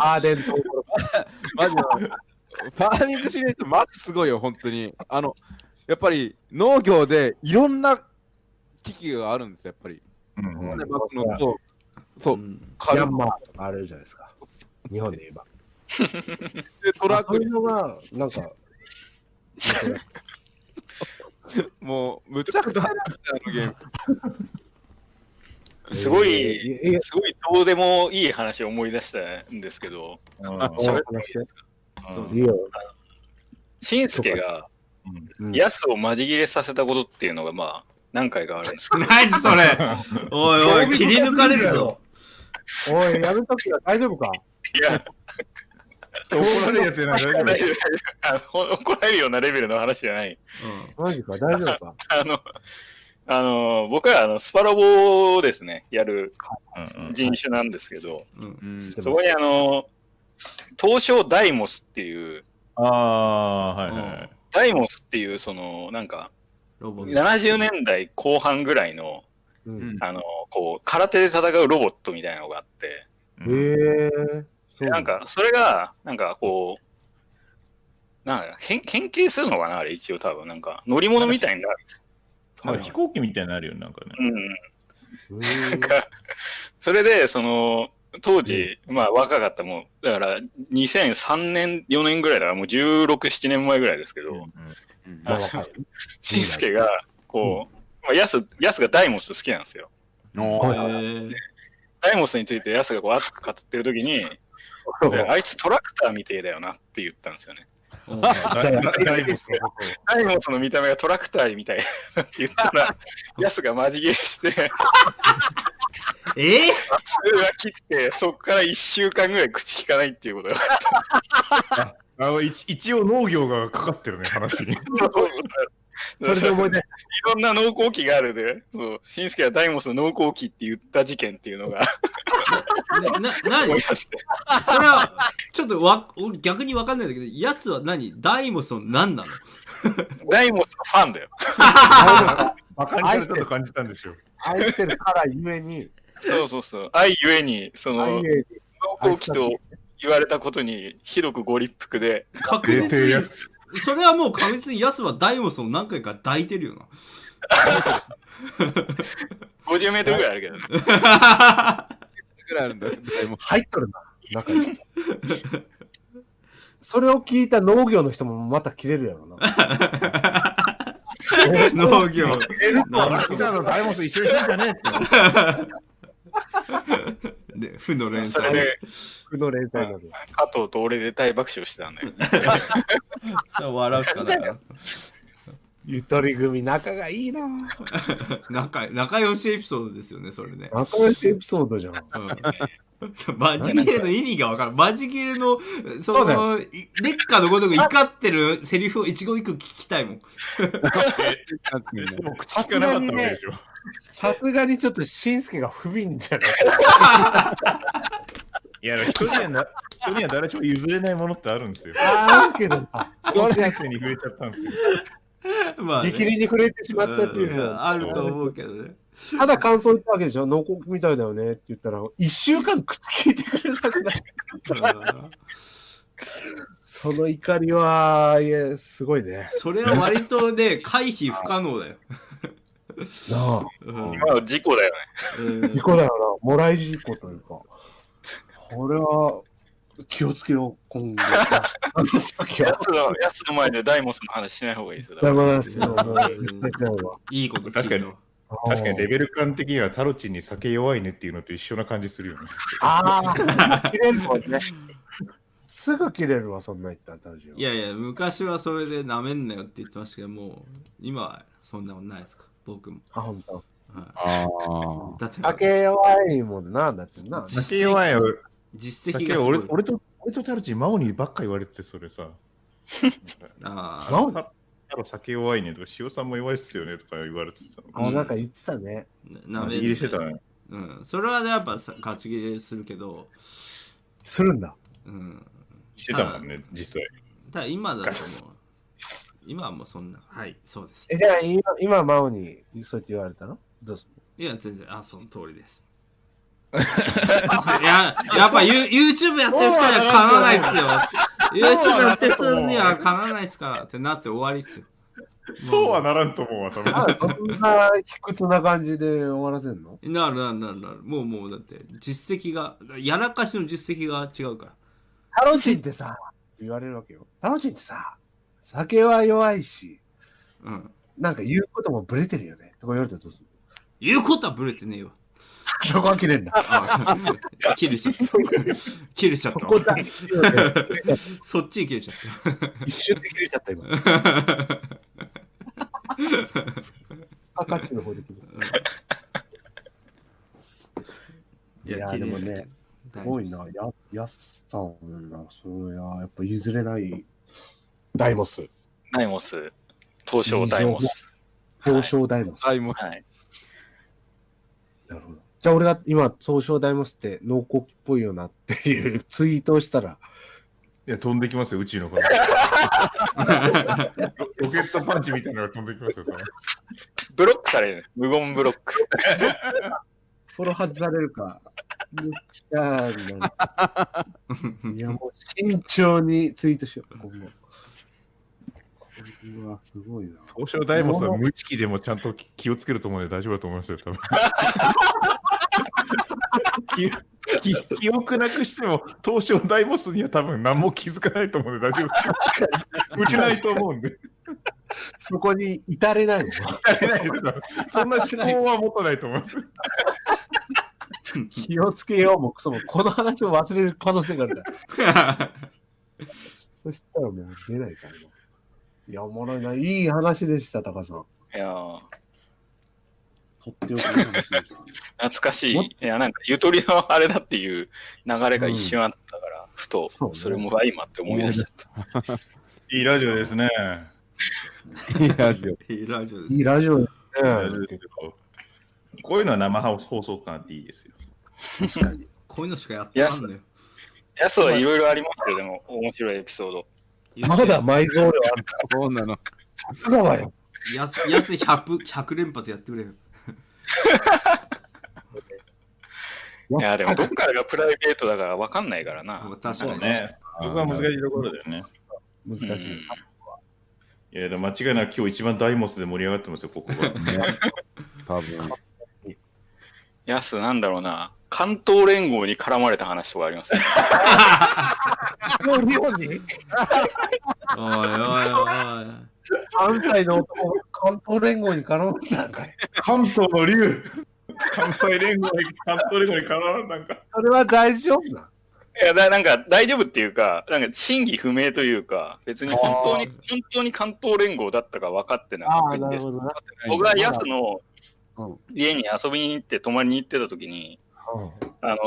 アーデント
マジで。ファーミングシリーズ、マジすごいよ、本当に。あの、やっぱり農業でいろんな機器があるんですよ、やっぱり。
うんうん
ねまずのそう、そうう、
ん
ヤ
軽
ンマーとかあるじゃないですか。日本で言えば。
くてトラッ
そう
ク
いうのが、なんか、
もう、むちゃくちゃなんだよ、あのゲーム。
すご
え
い、
ーえ
すごいどうでもいい話を思い出したんですけど、
え
喋って
話して
うん
いいよ。
しんすけが
うん
ヤスをまじ切れさせたことっていうのがまあ何回かあるんですけど、
何それおいおい、切り抜かれるぞ。
おい、やめとくよ。大丈夫か
いや、
怒られるやつじゃない。大丈夫
大丈夫大丈夫あほん怒られるようなレベルの話じゃない。
マジか大丈夫か
あの、あの、僕はあのスパロボをですね、やる
うんうん
人種なんですけど、
うんうん、
うん
そこにあの、東証ダイモスっていう、
ああ、はいはいはい。
ダイモスっていうその、なんか、
ロボット。
70年代後半ぐらいの、
うんん。
あの、こう、空手で戦うロボットみたいなのがあって、
へえ。そう
なんか、それが、なんかこう、なんか変、変形するのかなあれ一応多分、なんか、乗り物みたいになる。
なんか飛行機みたいになるよね、なんかね。
うん。
へ
なん
ー
か、それで、その、当時、まあ若かったもう、だから2003年、4年ぐらいだから、もう16、7年前ぐらいですけ ど、
うん
まあ若い
しんすけが、こう、まあ、ヤス、ヤスがダイモス好きなんですよ。
お
え
い
ー
ダイモスについてヤスがこう熱く語ってる時に、いやあいつトラクターみてえだよなって言ったんですよね。
うん
ダイダイボスのこ
ダイモスの見た目がトラクターみたいだって言ったら、ヤスがマジゲーして、通
え
話切って、そっから1週間ぐらい口聞かないっていうことが。
とあの一一応農業がかかってるね、話に。
それで思い出し
いろんな農耕機があるで、そう、しんすけがダイモスの農耕機って言った事件っていうのが
ー、な、な
思
に
い出して、
それは、ちょっとわ、俺逆にわかんないんだけど、やつは何ダイモスの何なの
ダイモスのファンだよ。
バカにされたと感じたんでしょう。
た。愛してるからゆえに、
そうそうそう。愛ゆえに、そ
愛
の、
ゆえに
農耕機と言われたことに、ひどくご立腹で、
確
冷
実
静や
に。
す。
それはもう確実にヤスはダイモスを何回か抱いてるよな。
50メートルぐらいあるけどね。
くらいあるんだよ。でも
入っとるな、中に。それを聞いた農業の人もまた切れるやろな。
農業。農
普段のダイモス一緒にするんじゃねえって。
で、負の連
そ
鎖
れ。で、
服の連載なのに。
加藤と俺で大爆笑してたんだよ。
それは笑うしかないな。
ゆとり組仲がいいな
仲、仲良しエピソードですよね、それね。
仲良しエピソードじゃん。
うん、マジギレの意味がわからん。マジギレの、そ
そうだ
の、い劣化のごとく怒ってるセリフを一語一句聞きたいもん。
なんていうの
でも口聞かなかったわけでしょ。
さすがにちょっとしんすけが不憫じゃない
いや、人にはな、人には誰しも譲れないものってあるんですよ。
あるけどさ、
高校生に増えちゃったんですよ。
まあ、ね、
激励に触れてしまったっていううん
あると思うけどね。
ただ感想言ったわけでしょ濃厚みたいだよねって言ったら、一週間口聞いてくれなくなる。
うん
その怒りは、いや、すごいね。
それは割とね、回避不可能だよ。
なあ、
うん
今の事故だよね。
事故だよな。もらい事故というか。これは、気をつけよう、 今後。あの時
や
は。
つの、やつの前でダイモスの話しない方がいいですよ。
やばいですよ。もう
いいこと聞いたわ。
確かにレ
ベル。
ベル感的にはタロチンに酒弱いねっていうのと一緒な感じするよ ね。
ああ、切れるもんね。すぐ切れるわ、そんな言ったら、タジオ
いやいや、昔はそれで舐めんなよって言ってましたけど、もう、今はそんなことないですか、僕も。
あ、ほんと。
は
あ
い、だって、
酒弱いもんな、だってな。
酒弱いよ。
実績
酒
がす
弱い
ごい
俺。俺と、俺とタロチン、マオにばっか言われててそれさ。
ああ
な
タロタロ酒弱いねとか、塩さんも弱いっすよねとか言われてたの。
あ、なんか言ってたね。
な
味
舐
切
め
り
ん
してたね。
うん、それはやっぱさ勝ち切れするけど、
するんだ。
うん、
してたもんね、実際。
ただ今だともう、今はもうそんな、はい、そうです
え、。じゃあ今、今、マオにそうやって言われたのどうす
いや、全然、あ、その通りです。いや、やっぱ You- YouTube やってる人にはかなわないっすよ。YouTube やってる人にはかなわないっすからってなって終わりっすよ。
そうはならんと思うわ、多分。
るそんな卑屈な感じで終わらせん の
なるなるなるなる。もうもうだって、実績が、やらかしの実績が違うから。
タロチンってさ、言われるわけよ。タロチンってさ、酒は弱いし、
うん。
なんか言うこともブレてるよね。とか言われたらどうする
言うことはブレてねえわ。
そこは切れんだ。
あ 切れちゃ った。切れちゃったわ。
そこだ
そっちに切れちゃっ
一瞬で切れちゃった今。
た。
赤カチの方で切れた。いや、
切
で
れ
も
るけど
ね、すごいな。や、やすさんが、そうや、やっぱ譲れない。ダイモス。
ダイモス、東証ダイモス。
表彰ダイモス。
あ、もう
はい。
なるほど。じゃあ俺が今、総称ダイモスって濃厚っぽいよなっていうツイートをしたら、
いや、飛んできますよ、宇宙の から。ロロケットパンチみたいなのが飛んできますよ、多分。
ブロックされるね。無言ブロック。
フォロー外されるか。むっちゃーな のいや、もう慎重にツイートしよう、今後。うわ、すごいな。
東証大門さん、無意識でもちゃんと気をつけると思うので大丈夫だと思いますよ、多 分。記記憶なくしても、東証大モスには多分何も気づかないと思うんで大丈夫です。打ちないと思うんで。
そこに至れないの。
そんな思考は持たないと思います。
気をつけようもクソも、この話を忘れる可能性があるから。そしたらもう出ないからもう。いや、おもろいな。いい話でした、高さん。
いやー
とっておきの話でした。
懐かしい。いや、なんか、ゆとりのあれだっていう流れが一瞬あったから、ふと
そう、ね
それも相まって思い出しちゃった。
いいラジオですね。
いいラジオです
いいラジオです
こういうのは生放送感あっていいですよ。
こういうのしかやってらんのよ
やすはいろいろありますよ、でも、面白いエピソード。
ね。まだ埋蔵量ある。
そうなの。
そうだわよ。
やすやす 100, 100連発やってくれよ
いや、でも、どっからがプライベートだから分かんないからな。
確かに
そうね。そこは難しいところだよね。
難し
うん
い。
いや、でも間違いなく今日一番大モスで盛り上がってますよ、ここが。
多分。
やす、なんだろうな。関東連合に絡まれた話とかあります ね。
もう日本
おい
に
おいおい
関西の男が関東連合に絡まれたんかい。
関東の竜関西連合に関東連合に絡まるなんか。
それは大丈夫ない
やだ、なんか大丈夫っていうか、なんか真偽不明というか、別に本当に、本当に関東連合だったか分かってな
ああ、
いん
な
で
る
す
ほ。どな。
僕はヤスの
うん
家に遊びに行って、泊まりに行ってた時に、あの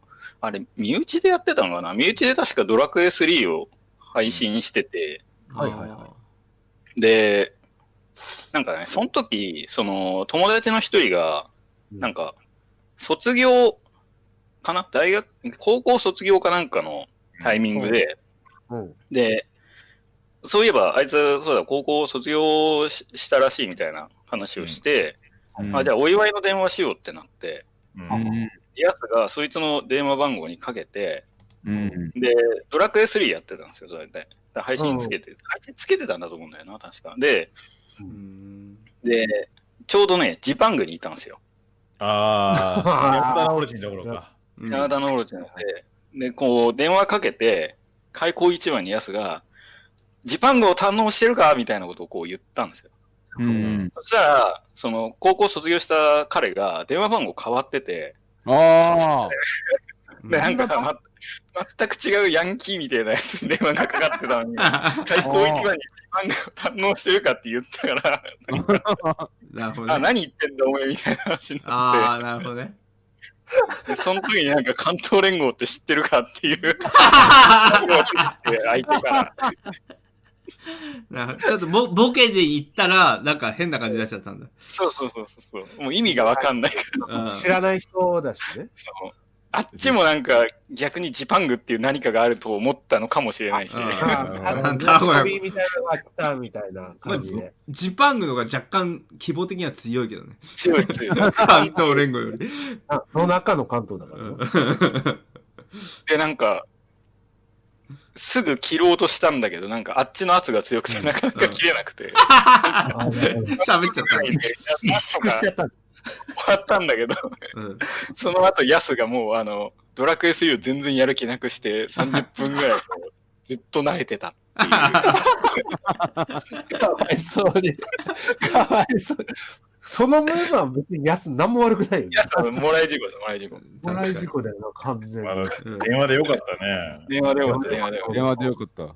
ーあれ、身内でやってたのかな身内で確かドラクエ3を配信してて、
はいはいはい
で、なんかね、その時、その友達の一人が、
うん
なんか、卒業かな大学、高校卒業かなんかのタイミングで、
うん。
で、そういえば、あいつ、そうだ、高校を卒業ししたらしいみたいな話をして、
うん
あじゃあ、お祝いの電話しようってなって、
うん
ヤスがそいつの電話番号にかけて、
うん。
で、ドラクエ3やってたんですよ、大体。だから配信つけて、配信つけてたんだと思うんだよな、確か。で、
うーん
で、ちょうどね、ジパングにいたんですよ。
ああ、ヤタナオルチンところか。
うん
山田のオロチなので、で、こう、電話かけて、開口一番にヤスが、ジパングを堪能してるかみたいなことをこう言ったんですよ。
うん。
そしたら、その、高校卒業した彼が電話番号変わってて、
ああ。
で、なんか、ま、全く違うヤンキーみたいなやつに電話がかかってたの に、開口一番にジパングを堪能してるかって言ったから、
なるほ
あ、
どね
何言ってんだお前みたいな話になっ
ああなるほどね
て、でその時になんか関東連合って知ってるかって いう、相手から、
なちょっとボボケで言ったらなんか変な感じ出しちゃったんだ
そうそうそうそうそう、もう意味がわかんない
うん
知らない人だしね。
そのあっちもなんか逆にジパングっていう何かがあると思ったのかもしれない
う
し、
ん
ね、
ああ、
なんだこれ
旅みたいなのが来たみたいな感じで。
ジパングのが若干希望的には強いけど ね
強い強い。
関東連合より
あの中の関東だか
う
らね
ん。
で、なんか、すぐ切ろうとしたんだけど、なんかあっちの圧が強くてなかなか切れなくて、
あ
喋っちゃった
なんかやっとか
しちゃった
終わったんだけど、
うん
その後ヤスがもうあの、ドラクエ3を全然やる気なくして30分ぐらいこうずっと泣いてたっていう。
かわいそうに。かわいそうに。そのムーブは別にやつ何も悪くないよね
ヤ。スはもらい事故です、もらい事故。
同
確
じ
か
事
に
故だよな、完全
ま
に。
あ
うん
電話でよかったね。
電話でよかった、電話でよかっ
電話でよかった。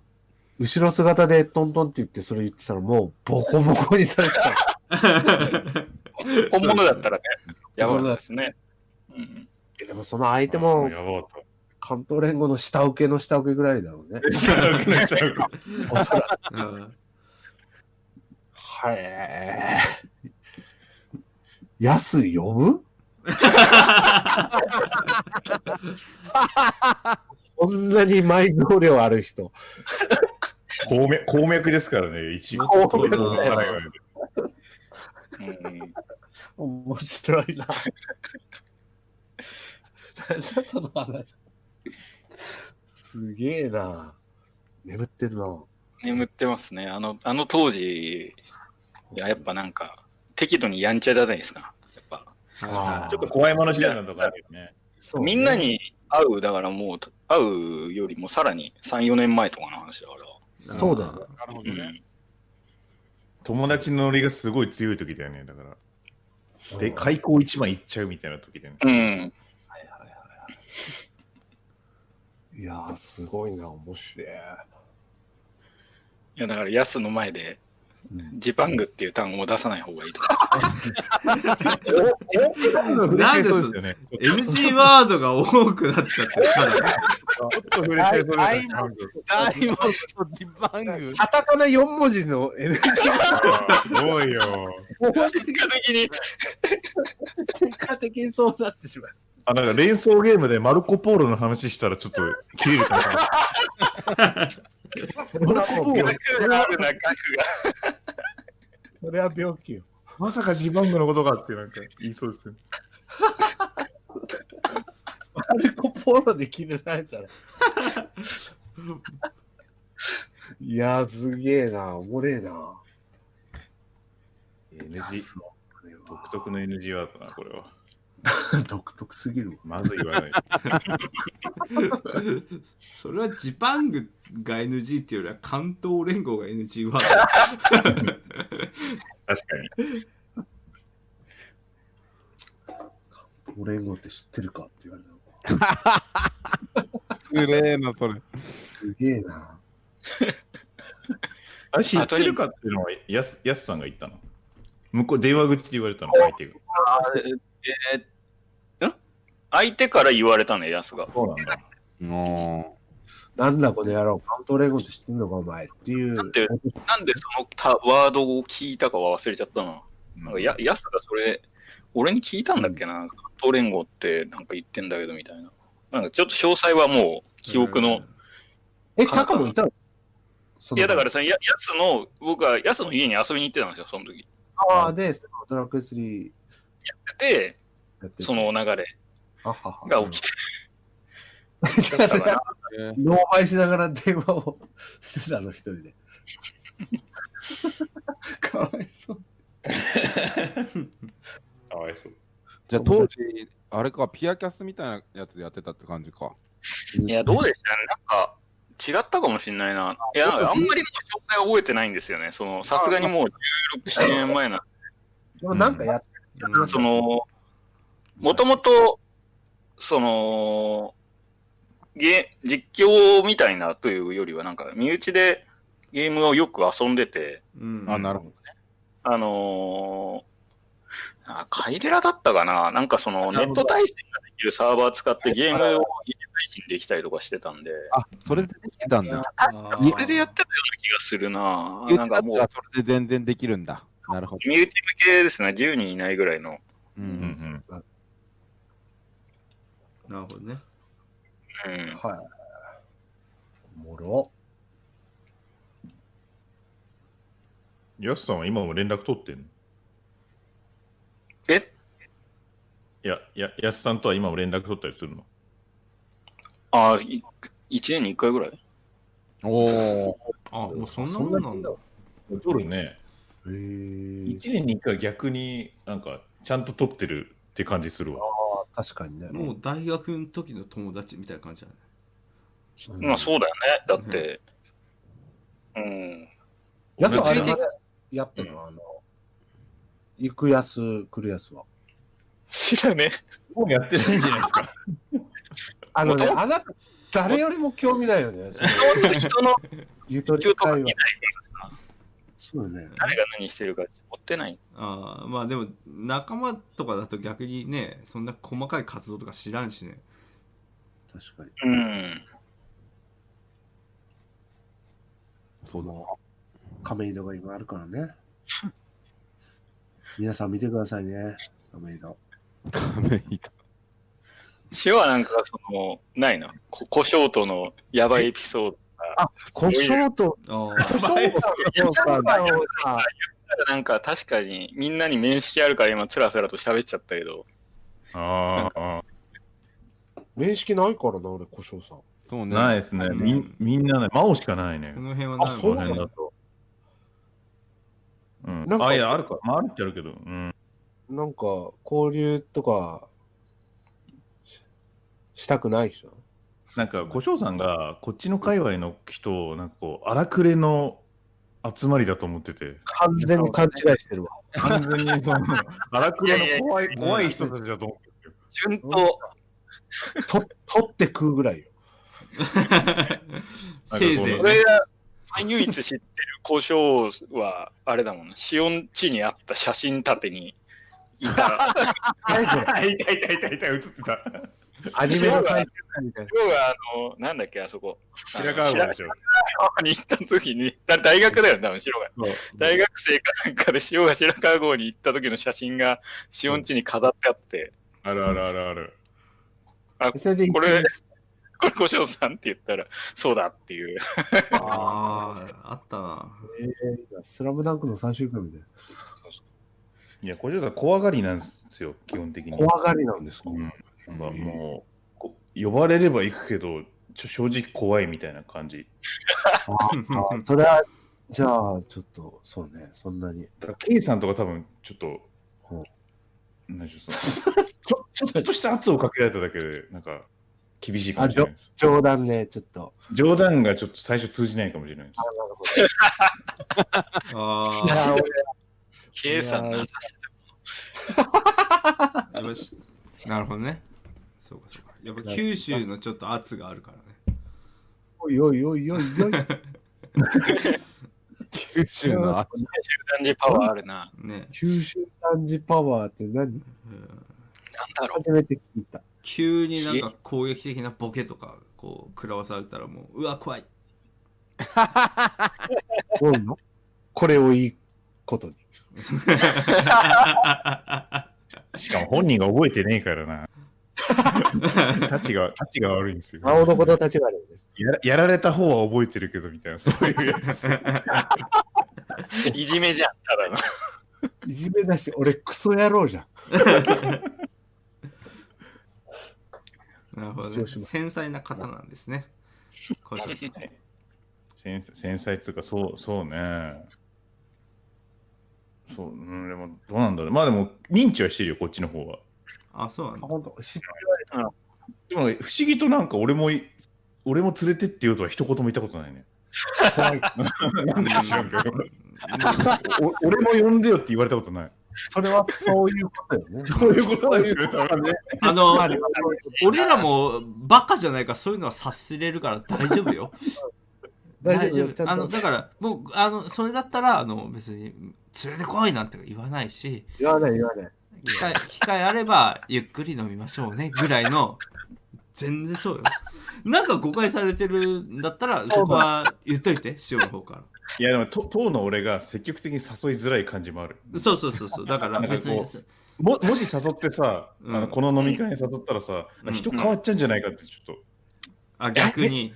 後ろ姿でトントンって言ってそれ言ってたらもうボコボコにされてた。
た。本物だったらね、やばかったですね。うん
でもその相手も
やば かっ
関東連合の下請けの下請けぐらいだろ うね。
た。
おそらく。
うん
はい。安呼ぶこんなに埋蔵量ある人。
鉱脈ですからね、一応。
こう
だな
うん
面白いな。何だその話。すげえな。眠ってるな。
眠ってますね。あの、あの当時、いや、やっぱなんか、適度にやんちゃじゃないですか。やっぱ。
ちょっと怖いもの知らずのとかあるよね。
そう
みんなに会う、だからもう、会うよりもさらに3、4年前とかの話だから。
そうだよね。
なるほ
う
どね。
ん、
友達のノリがすごい強い時だよね。だから。で、開口一番いっちゃうみたいな時だよね。
うん。
いやー、すごいな、面 白い。
いや、だから、ヤスの前で、ジパングっていう単語を出さない方がいいとか。
触れちゃいそうですよね。
NG ワードが多くなっちゃってるから。
ちょっと触れちゃいそうですよね。
ダイモンドジバング。
カタカナ4文字の NG
すごいよ。
結果的に、
結果的にそうなってしまう。
あ、なんか連想ゲームでマルコ・ポーロの話したらちょっと切れるかな。
あるな、額
それは病気よ。
まさかジバングのことがってなんか言いそうですよね。
アルコポロで切れられたら。
いやー、すげえな、おもれえな。
NG、独特の NG ワードだな、これは。
独特すぎるわ。
まず言わない。
それはジパングが NG っていうよりは関東連合が NG ワー
確かに。
オレンゴって知ってるかって言われたのか。
失礼な、それ。
すげえな。
あれ知ってるかっていうのは、やすやすさんが言ったの。向こう、電話口で言われたの、相手が。
えーん相手から言われたね、ヤスが。
そうなんだ。
なんだこの野郎、カウントオレンゴって知ってんのか、お前っていう。
だってなんでそのたワードを聞いたかは忘れちゃったな。なんかや、ヤスがそれ、俺に聞いたんだっけな。関東連合ってなんか言ってんだけどみたいな。なんかちょっと詳細はもう記憶の。
え、タカもいたのその
いや、だからそのや、ヤスの、僕はヤスの家に遊びに行ってたんですよ、その時。
ああ、で、そのドラクエ3
で、
やって
その流れ
あはは
が起きて
き
たか ら。
ノーバイしながら電話をしてたの、一人で。かわいそう。
かわいそう。
じゃあ当時、あれか、ピアキャスみたいなやつやってたって感じか。
いや、どうでしたなんか、違ったかもしれないな。いや、なんかあんまりもう詳細は覚えてないんですよね。その、さすがにもう16、7年前な。
でもなんかやっ
その、もともと、その、ゲ実況みたいなというよりは、なんか、身内でゲームをよく遊んでて、
ド。うん。
あ、なるほど。
あのーあ、カイレラだったかななんかその、ネット対戦ができるサーバー使ってゲームをゲーム配信できたりとかしてたんで、
あ、それでできてたんだ。
あー
それでやってたような気がするな
言っ
な
て
ん
た
か
っ
も
た
う
ら、、それで全然できるんだ。なるほど。
身内向けですね、10人いないぐらいの。
う。
うんうんん。
なるほどね。
うん。
もろ。
やすさんは今も連絡取ってんの
え
いや、ややすさんとは今も連絡取ったりするの
あ、1年に1回ぐらい
おー。
あ、もうそんなもんなんだ。
取るね。
へえ。
1年に1回逆になんか、ちゃんと取ってるって感じするわ。
確かにね。
もう大学の時の友達みたいな感じだね。
うん
まあそうだよね。だって、うん。
やつはあれ
別に
やってるの、あの、行くやす、来るやすは。
知らね
もうやってないんじゃないですか。
あのね、
元
あなた、誰よりも興味ないよね。その
え。本当に人の
ゆと
中と
り
か
会
見な
話
い。からさ、
そうね。
誰が何してるか追ってない。
あーまあでも仲間とかだと逆にね、そんな細かい活動とか知らんしね。
確かに。
うん。
その、亀戸が今あるから ね。皆さん見てくださいね。亀戸。
亀井と
塩はなんかその、ないな。こ小ショートのやばいエピソード。
コショウと、
あ
コショウとさ、
らなんか確かにみんなに面識あるから今つらつらと喋っちゃったけど、
ああ、
面識ないからな、俺、故障さん。
そうね。
ないですね。みんみんなね、真央しかないね
こ。の辺は
あ
な
そ
こ
う
の
な
辺
の
だと。うん
なん、か
あ、いや、あるか。まあ、あるっちゃあるけど。うん。
なんか、交流とかし、したくない人。
なんか、小翔さんが、こっちの界隈の人を、なんかこう、荒くれの集まりだと思ってて、
完全に勘違いしてるわ。
完全に その、荒くれの怖い、怖い人たちだと思ってる。
順当、
と取って食うぐら いよ。
せいぜい
これ
ね。
俺が唯一知ってる故障は、あれだもんね、シオン地にあった写真立てにいた。
はい、痛い痛い痛い痛い、映って た。
アニメの最終回みたいな。
要はあの、なんだっけ、あそこ。あの
白川郷でしょ。
白川に行った時に、だ大学だよね、多分、白が。大学生かなんかで塩が白川郷に行った時の写真が、塩んちに飾ってあって、
あるあるあるある。
それで
これ、これ、小塩さんって言ったら、そうだっていう。
ああ、あったな。
スラムダンクの最終回みたいな。
いや、小翔さん、怖がりなんですよ、基本的に。
怖がりなんですか、
うんなんかもう、こ呼ばれれば行くけど、ちょ正直怖いみたいな感じ。
あそれは、じゃあ、ちょっと、そうね、そんなに。
だから、K さんとか多分、ちょっと
ほ、
何でしょう、そのちょちょっとした圧をかけられただけで、なんか、厳しいかもしれないです。
冗談ね、ちょっと。
冗談がちょっと最初通じないかもしれないです
あ。なるほど
あ
いや
K さんな、
あ、やっぱしなるほどね。そうかそうか。やっぱ九州のちょっと圧があるからね。
おいおいおいおいおい。
九州のあ
感じパワーあるな。
ね。
九州男児パワーって何
うん
なんだろう。
初めて聞いた。
急になんか攻撃的なボケとか、こう、食らわされたらもう、うわ、怖い。
どういうのこれをいいことに。
しかも本人が覚えてねえから な。たちが、たちが悪いんですよ。
青の子の立場で、ね。
やらやられた方は覚えてるけど、みたいな、そういうやつっす。
いじめじゃん、ただの。
いじめだし、俺クソ野郎じゃん。
なるほど
失
ね。
礼します
繊細な方なんですね。小島さん
繊細繊細っつうかそうそうねそううんでもどうなんだろうまあでも認知はしてるよこっちの方は
あ、そうなんだ。
本当知っ
でも不思議となんか俺もい俺も連れてって言うとは一言も言ったことないね怖いなんでか知らんけどお 俺も呼んでよって言われたことない
それはそういうことよ ね。
そういうことなんですよ多分
あ の、俺らもバカじゃないからそういうのは察せれるから大丈夫よ。
大丈夫ちゃんと
あの、だから、もう、あの、それだったら、あの、別に、連れてこいなんて言わないし、
言わない言わない。
機会、機会あれば、ゆっくり飲みましょうね、ぐらいの、全然そうよ。なんか誤解されてるんだったら、そこは言っといて、塩の方から。
いやでもと当の俺が積極的に誘いづらい感じもある
そうそうそうそう。だから
なんか
別に
こももし誘ってさ、
うん
あのこの飲み会に誘ったらさ、
うん
人変わっちゃうんじゃないかってちょっと
あ逆に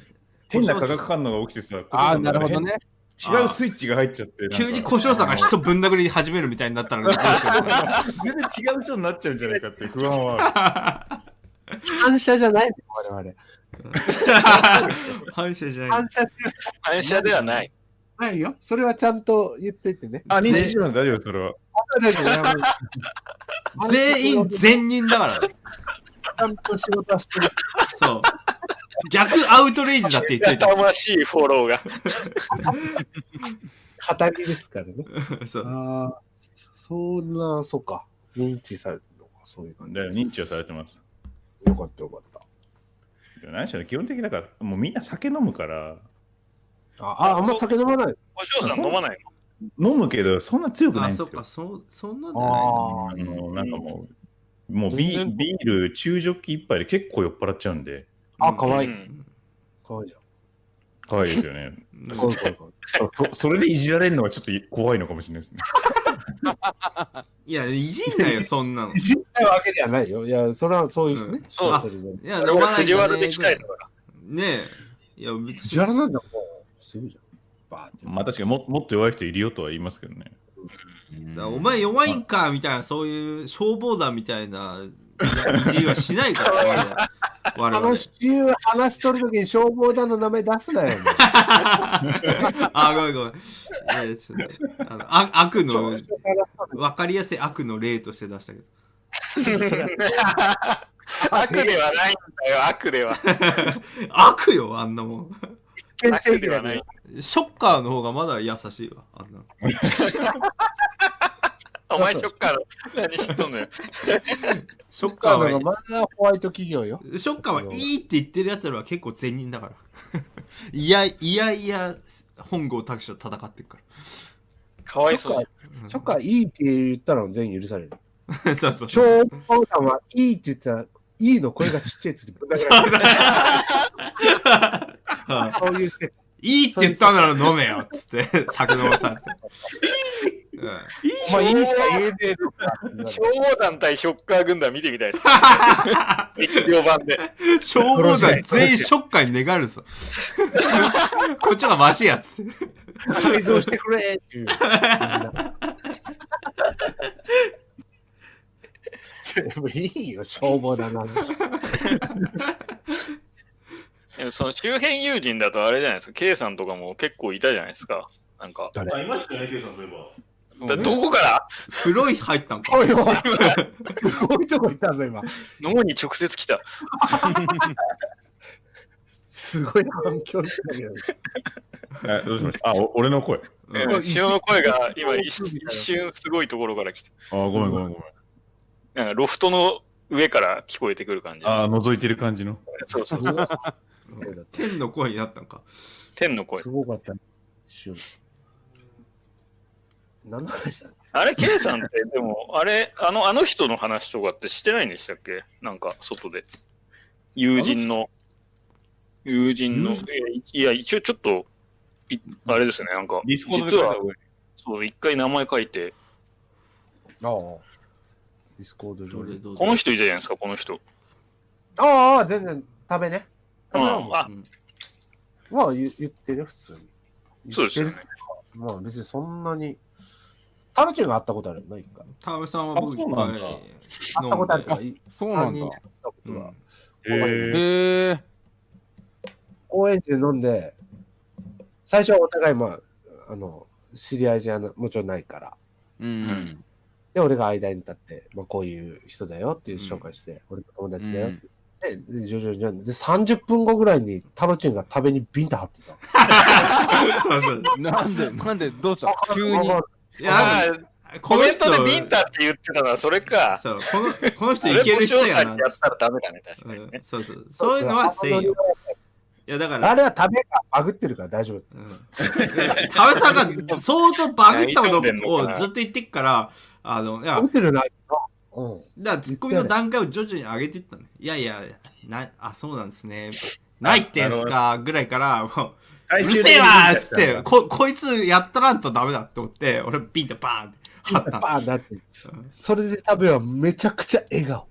変な化学反応が起きてさ
あー、なるほどね。
違うスイッチが入っちゃって、
急に
こ
小翔さんが人ぶん殴り始めるみたいになったらどうしようかな
全然違う人になっちゃうんじゃないかっていう不安はあ
反射じゃないんだよ、我々。
反射じゃない
反射じゃ
反射ではない。
ないよ。それはちゃんと言っといてね。
る。あ、認識してるの大丈夫、それは。
大丈夫やばい
全員全人だから
ちゃんと仕事はしてる。
そう逆アウトレイジだって言っといた
やましいフォローが。
片手ですからね。
そう
ああ、そんな、そうか。認知されてるのか、そういう感
だよ認知はされてます。
じ。よかったよかっ
でも何しろ基本的だから、もうみんな酒飲むから、
た。ああ、あんま酒飲まない。
お嬢さん飲まない
飲むけど、そんな強くない
あ
んで
そっ
すよ
か。そそんなんじゃない
あ
あ
あ、
のなんかもう、もうビ
全然
ビール、中ジョッキ一杯で結構酔っ払っちゃうんで、
あ、かわ
の。
いうい。
ん
かわいいじゃん。
可愛いですよね。
うん
そうそうそう。
そそれでいじられるのはちょっと怖いのかもしれ ないですね。
いやいじんなよそん なの
いじったわけではないよ。いや、それはそういう
う
ね。
ん
人
そう
それぞれ。
いや
俺
飲まない
藤
で
原で来たいの
ねえいや別
藤原なんだ、もう、すぐじゃん。バーって。
まあ確かにももっと弱い人いるよとは言いますけどね。
う
だからお前弱いんかみたいな、そういう消防団みたいな、いじりはしない から、我々。
あの週話しとるときに消防団の名前出すなよ。もう
あ、ごめんごめん。いやちょっとあのあ悪の、わかりやすい悪の例として出したけど。
悪ではないんだよ、悪では。
悪よ、あんなもん。
危険
悪
正義
で
だ
は
か
な
ら
い。
ショッカーの方がまだ優しいわ。あんなの
お前、ショッカーの何知っとんのよ。
ショッカ
だ
ー
か
は
らまだホワイト企業よ。
ショッカーはいいって言ってるやつらは結構善人だから。 いや、いやいや、本郷拓司と戦ってるか
かわいそうに。
ショッカーいいって言ったら全員許される。
ら。 そうそうそう。
消防団はいいって言ったら、いいの声がちっちゃいって言ってぶん殴られる
はい
そういう世界
いいって言ったなら飲めよっつって、酒飲まされて。うん
お前いいしか言えねえのか。
消防団対ショッカー軍団見てみたい です。劇場版で。
消防団全員ショッカーに寝返るぞ。こっちがマシやつって。
改造してくれっていう。全部いいよ、消防団なんて
でもその周辺友人だとあれじゃないですか、K さんとかも結構いたじゃないですか。なんか、
あ、いましたね、ケイさん、そういえば。
だどこから
黒い入ったんか。
おいおいおい、すごいとこいたぞ、今。
脳に直接来た。
すごい反響したけど。
えどうしましたあ、お俺の声。
うん
潮の声が今一瞬一瞬すごいところから来て、
あ、ごめんごめんごめん。
なんかロフトの上から聞こえてくる感じ。
あ、覗いてる感じの。
そうそう。
天の声になったんか。
天の声
す。ごかったね。一瞬何の話だ
あれ、K さんって、でも、あれ、あの、あの人の話とかってしてないんでしたっけなんか、外で。友人の、友人の、いや、いや一応ちょっと、いあれですね、なんか、
ディスコードで
実は、そう、一回名前書いて、
ああ。ディスコード上で。
この人いたじゃないですか、この人。
ああ、全然、食べね。
う
食べ
ん
なもん。
あ、
まあ、言言ってるよ、普通に。
そうですよね
言ってるっていうかまあ、別にそんなに。タルチューがあったことあるよな、一回。
田辺さんは僕いっ
あ
ぱ
そうないんだ
あったことあ
飲
るか
んで。
そうなんだ
人。で会ったこと
う
が
ん。
え
へ
ー、
え。
公園地で飲んで、最初はお互い、まあ、あの、知り合いじゃなもちろんないから。
うん。
で、俺が間に立って、まあ、こういう人だよっていう紹介して、俺の友達だよって言って。で、徐々に徐々に。で、30分後ぐらいにタロチンが壁にビンタ張って た。
そうそう。
なんで、なんで、どうした急に。
い
あ
や、
コ
この
メン
人
トでビンタって言ってたのは、それか。
そう、この、この人いける人やな
あれ。も塩さんにやったらダメだね、確かに
う
ね
ん。そうそう。そういうのはせんよ。いや、だから、
あれは食べがバグってるから大丈夫。
うんで田辺さんが相当バグったことをずっと言ってっから、あの、いや
バグ、ってるな。うん。
だからツッコミの段階を徐々に上げていったの。いやいや、な、あ、そうなんですね。ないってんすかぐらいから、もう、う
最終
る
的
せ
に
えわーっつって、こ、こいつやったらんとダメだって思って、俺ビンタバーンって貼ったの。
バーンだって。それで食べはめちゃくちゃ笑顔。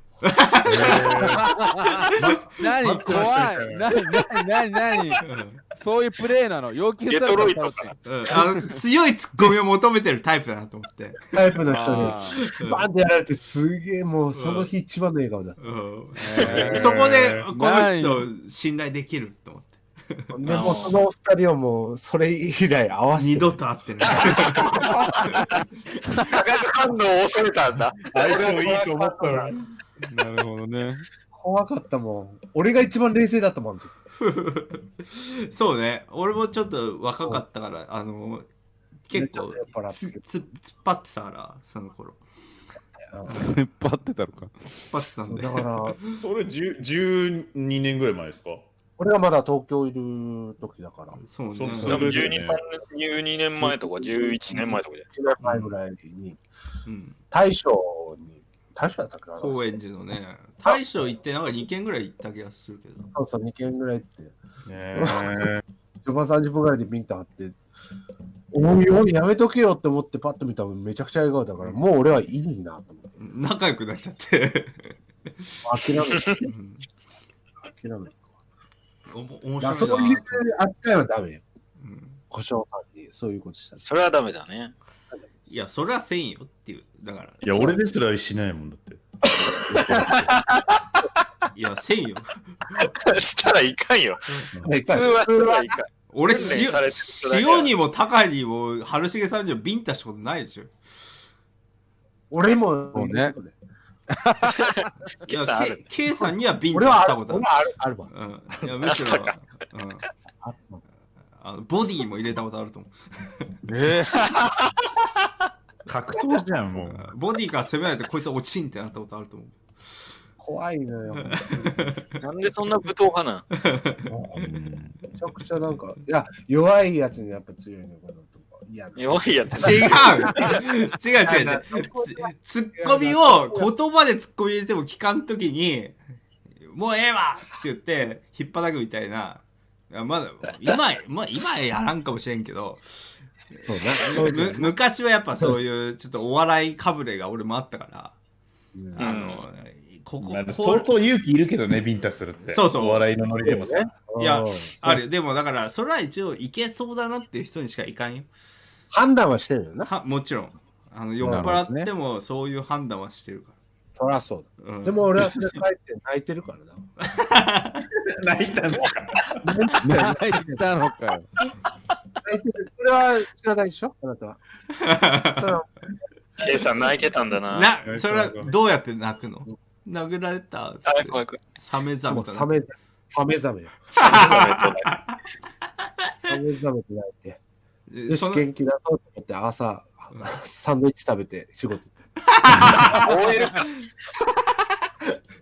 何怖い。何何何何
うん
そういうプレイなの。要求された
デトロイト
タロチ
うんあの強いツッコミを求めてるタイプだなと思って。
タイプの人
あー
にバーンってやられてすげえもうその日一番の笑顔だっ
うん
へー
そこで、この
ない
人信頼できると思って。
た。でもうその二人をもうそれ以来合わせて
二度と会 ってない。
化学反応を恐れたんだ。
相性いいと思ったら。
なるほどね。
怖かったもん。俺が一番冷静だったもん。
そうね。俺もちょっと若かったから、あの、結構
めっちゃ酔っ払って
つつ突っ張ってたから、その頃。
引っ張ってたのか。
突っ張ってた
そ
ん
う
で。
だから
それ10 12年ぐらい前ですか
俺がまだ東京いる時だから。
そうね。
そう
多
そう
分12、12年前とか11年前とかで。
1年前ぐらいに
うん。
大将に大将だったかな。
高円寺のね。大将行ってなんか2軒ぐらい行った気がするけど。
そうそう2軒ぐらい行って。
ねえ。
序盤30分ぐらいでビンタ張って、おいおい、やめとけよって思って、パッと見たらめちゃくちゃ笑顔だから、もう俺はいいなと思って、
仲良くなっちゃって。
諦めて、
うん
諦めて。
おも面
いや
白
そ
い
こ
な
入れて。扱いはダメよ。
うん
小正さんにそういうことしたら。
それはダメだね。
いや、それはせんよっていう。だから、
いや、俺ですらしないもんだって。
いや、せんよ。
したらいかんよ。 普通はしたらいかん。
俺
訓練
塩
されてるだけだ
塩にもタカにも春重さんにもビンタしたことないでしょ。
俺も
そうね。
いや
ケイさんあるね、
ケイさんにはビン
俺
タ
は
し
あ
た
る
こと
俺
あ
はあるあるわ。
る。うん、いやむしろ、うん、あのボディも入れたことあると思
え
格闘じゃん、もう。
う。ボディから攻められてこいつ落ちんってなったことあると思う。
怖いのよ。
なんでそんな武闘派なん
めちゃくちゃなんか、いや、弱いやつにやっぱ強いのかなとか。いや、
弱いやつ。
違う違う違う違う。ツッコミを言葉でツッコミ入れても聞かんときに、もうええわって言って、引っ叩くみたいな。いやまだ、今、まあ、今やらんかもしれんけど、
そうね。
む昔はやっぱそういう、ちょっとお笑いかぶれが俺もあったから、あの、ここ、
なんか
こ
相
う
当勇気いるけどね、ビンタするって。
そうそう
お笑いのノリでもさ。
いや、あるよでもだから、それは一応いけそうだなっていう人にしかいかんよ。
判断はしてるよな。
はもちろん。あの、酔っ払ってもそういう判断はしてるか
そらそう
ら。うん
だ。でも俺はそれ帰って泣いてるからな。
泣いたんですか
泣いたのかよ。
泣いてる。それは知らないでしょあな たは。それは
ケイさん泣いてたんだな。
な、それはどうやって泣くの殴られたっつっ
あ
て、
怖い怖い。
サメザ
も
メ
う
と
サメ、サメザメよ。サメザメって泣いて。よ
そ
し、
の
元気出そうと思って朝、サンドイッチ食べて仕事。
OL か。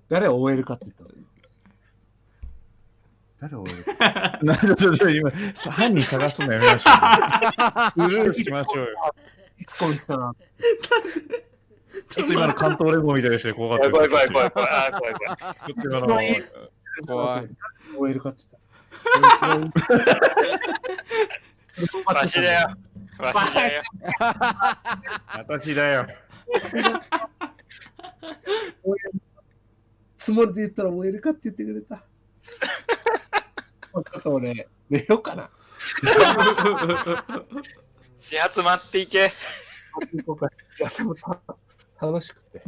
誰を OL かって言ったの誰を OL か
なるほど、今、さ犯人探すのやめましょう。スルーしましょうよ。
いつこいたな。
ちょっと今の関東レゴみたいでして怖か
怖
っ
い
たで
怖
す。
い怖い怖い怖い。あー怖い怖い。
ちょっと今の
怖い。
OL かって言ったの。
わしだよ。わしだよ。
私だよ。
つもりで言ったら OL かって言ってくれた。 ちょっと俺、寝ようかな。
始発待っていけ。
行こうかいや、でもた楽しくて。
わ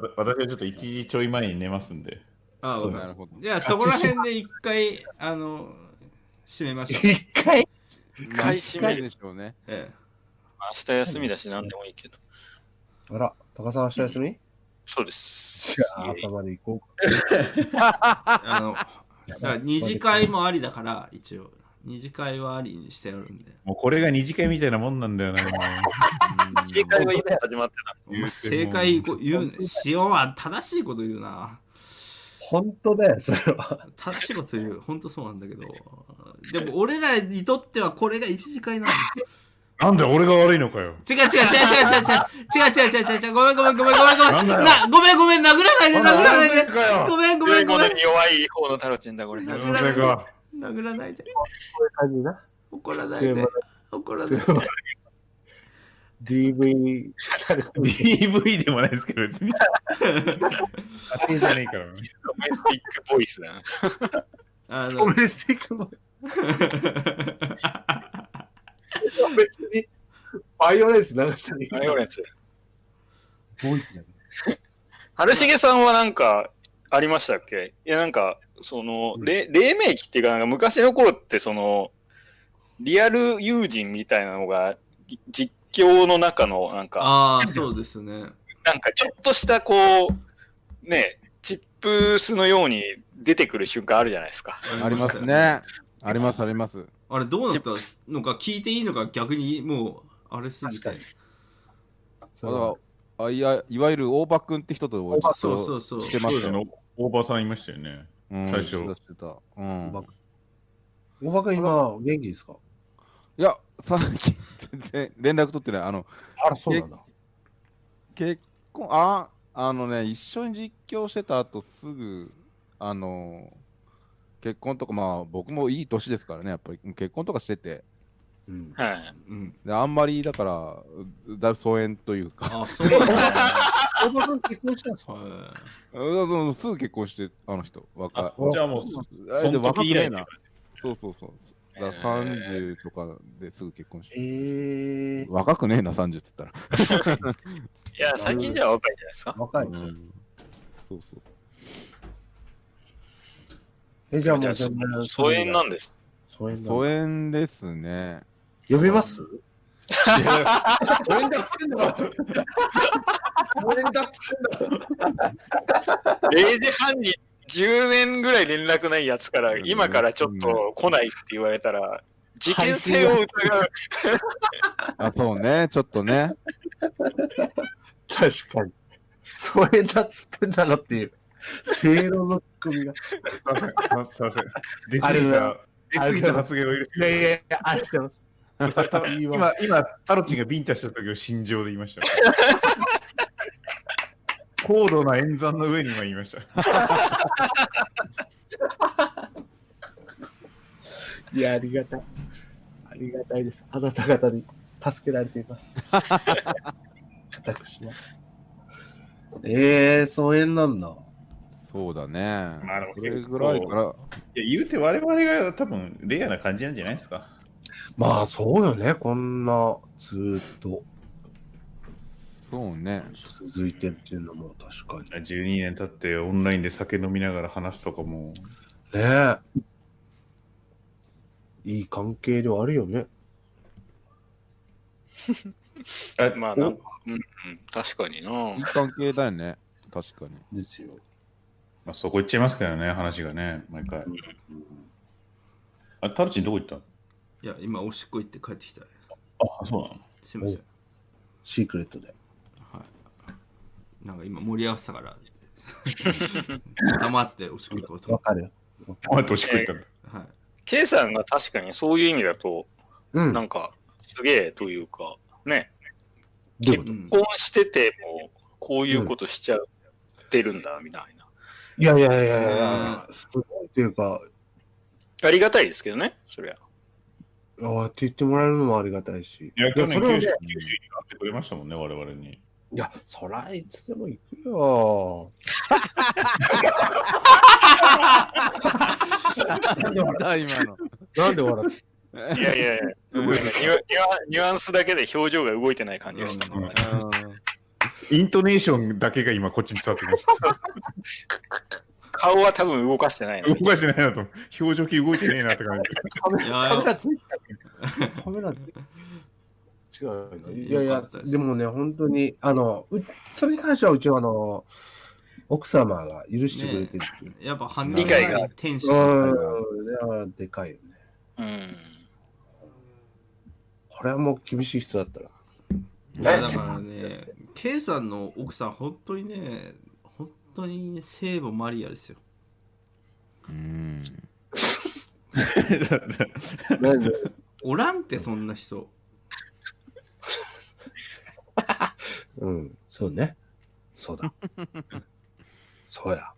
た私はちょっと1時ちょい前に寝ますんで。
あ、わか
な
る
るほど。
じゃあそこら辺で一回、あの、締めま しょう。
一回
買い占める
でしょうね。
ええ
明日休みだし何でもいいけど。
あら、高さん明日休み
そうです。
じゃあ朝まで行こうか。
あの、だから二次会もありだから、一応。二次会はありにしてあるんで。
もうこれが二次会みたいなもんなんだよな、ね。
正解はいつ始まって
お前正解こう言うね。塩は正しいこと言うな。
本当だよ、それは。
正しいこと言う。ほんとそうなんだけど。でも俺らにとってはこれが一次会なんだ。
なんで俺が悪いのかよ。
違う違う違う違う違う違う違う違う違う違う違うごめんごめんごめんごめんごめんなごめんごめん殴らないで殴らないでごめんごめん
た
ごめ
な。
ん
15年弱い方のタロチンだ、これ。
殴らない
俺
で
が
殴らないで
感じな。
怒らないで怒らないで
DV されてる。
DV でもないですけど、別に。勝手じゃねえからな。
ドメスティックボイスだな。
あ
ド
の
メスティックも別にバイオレンスなかったらいい
あれ俺のやつ
ボイスだね。
春重さんはなんかありましたっけいやなんかその、れ黎明期っていうかなんか昔の頃ってそのリアル友人みたいなのがじ実況の中のなんか
ああそうですね
なんかちょっとしたこうねチップスのように出てくる瞬間あるじゃないですか。
ありますね。ありますあります。
あれどうなったのか聞いていいのか逆にもうあれすぎ
だ
て
からあいやいわゆる大場君って人と俺ずっ
そうそ
と
うそう
してま
そう
し
で
た
すね
よ。
おおばさんいましたよね。
うん
最初
してたしてたうん
大場おばか今、元気ですか
いや、最近全然連絡取ってない。あの、
あら、そうなんだ。
結婚、あ、あのね、一緒に実況してた後すぐ、あの、結婚とか、まあ僕もいい年ですからね、やっぱり結婚とかしてて、
うん。
はい。
うん
であんまりだから、うだいぶ疎遠というか、
あそうなんだ
おばか結婚したんですか
は
うんすぐ結婚して、あの人、若い
あ。じゃあもう、そ
あれで
の時以来
若くねえなそうそうそう。だから30とかですぐ結婚して、
ええ
若くねえな30っつったら、
いや、最近では若いじゃないですか。
若い、
う
ね
んそうそう
え、じゃあもう
じゃあ、疎遠なんです。
疎遠
疎
だ。
遠ですね
呼びます
それだっつってんだろ。それだっつってんだろ。
0時半に10年ぐらい連絡ないやつから、今からちょっと来ないって言われたら、事件性を疑う。
あそうねちょっとね
確かに。疎遠だっつってんだろっていう。正論のツッコミが。
すいません。出
あ
過
り
ぎ
がとう
た、出過ぎた発言を許
いやいやいや、ありがとうござい
して今、今、タロチンがビンタした時を心情で言いました。高度な演算の上に今言いました。
ます。いや、ありがたい。ありがたいです。あなた方に助けられています。私は。ええー、疎遠なんだ。
そうだね
まあでも
それぐらいから
いや、言うて我々が多分レアな感じなんじゃないですか。
まあ、そうよね。こんな、ずーっと
そうね
続いてるっていうのも確かに。
12年経ってオンラインで酒飲みながら話すとかも。
ねえ。いい関係ではあるよね。
え
まあ、なんかうん、うん、確かにない
い関係だよね確かに
ですよ。
まあ、そこ行っちゃいますけどね、話がね、毎回。あ、タルチンどこ行った
いや、今、おしっこ行って帰ってきた。
あ、そうなの
すいません。
シークレットで。
なんか今、盛り合わせたから、 黙っておしっこ行こうと思
わかるよ。
お前年食いったんだ。
って。はい。
K さんが確かにそういう意味だと、
うん。
なんか、すげえというか、ね、
どういうこと
うん
結婚してても、こういうことしちゃってるんだ、みたいな。
いやいやいやいやいや、すごいっていうか、
ありがたいですけどね、そりゃ。
ああ、って言ってもらえるのもありがたいし。
いや、去年
それは
九
ね
州九州になってくれましたもんね、我々に。
いや、そらいつでも行くよ。
だ今の
なんで笑って
いやいやいや、ニュアニュアンスだけで表情が動いてない感じがした。
うん
う
イントネーションだけが今こっちに伝わってきまし
顔は多分動かしてない
た。
の。
動かしてないなと。表情筋動いてねえなって感じ。
カメ
い
ラ
や
カメラついたっけカメラついた違うよねいやい
よか
や
った、です
でもね、本当に、あの、うそれに関してはうちは、あの、奥様が許してくれてるっていう。
やっぱ、反
理解が
天使。
うん、だからでかいよね。
うん。
これはもう厳しい人だったら。
いやだからね、K さんの奥さん、本当にね、本当に聖母マリアですよ。
ん
なんで
おらんって、そんな人。
うん、そうね。そう だ。そうや。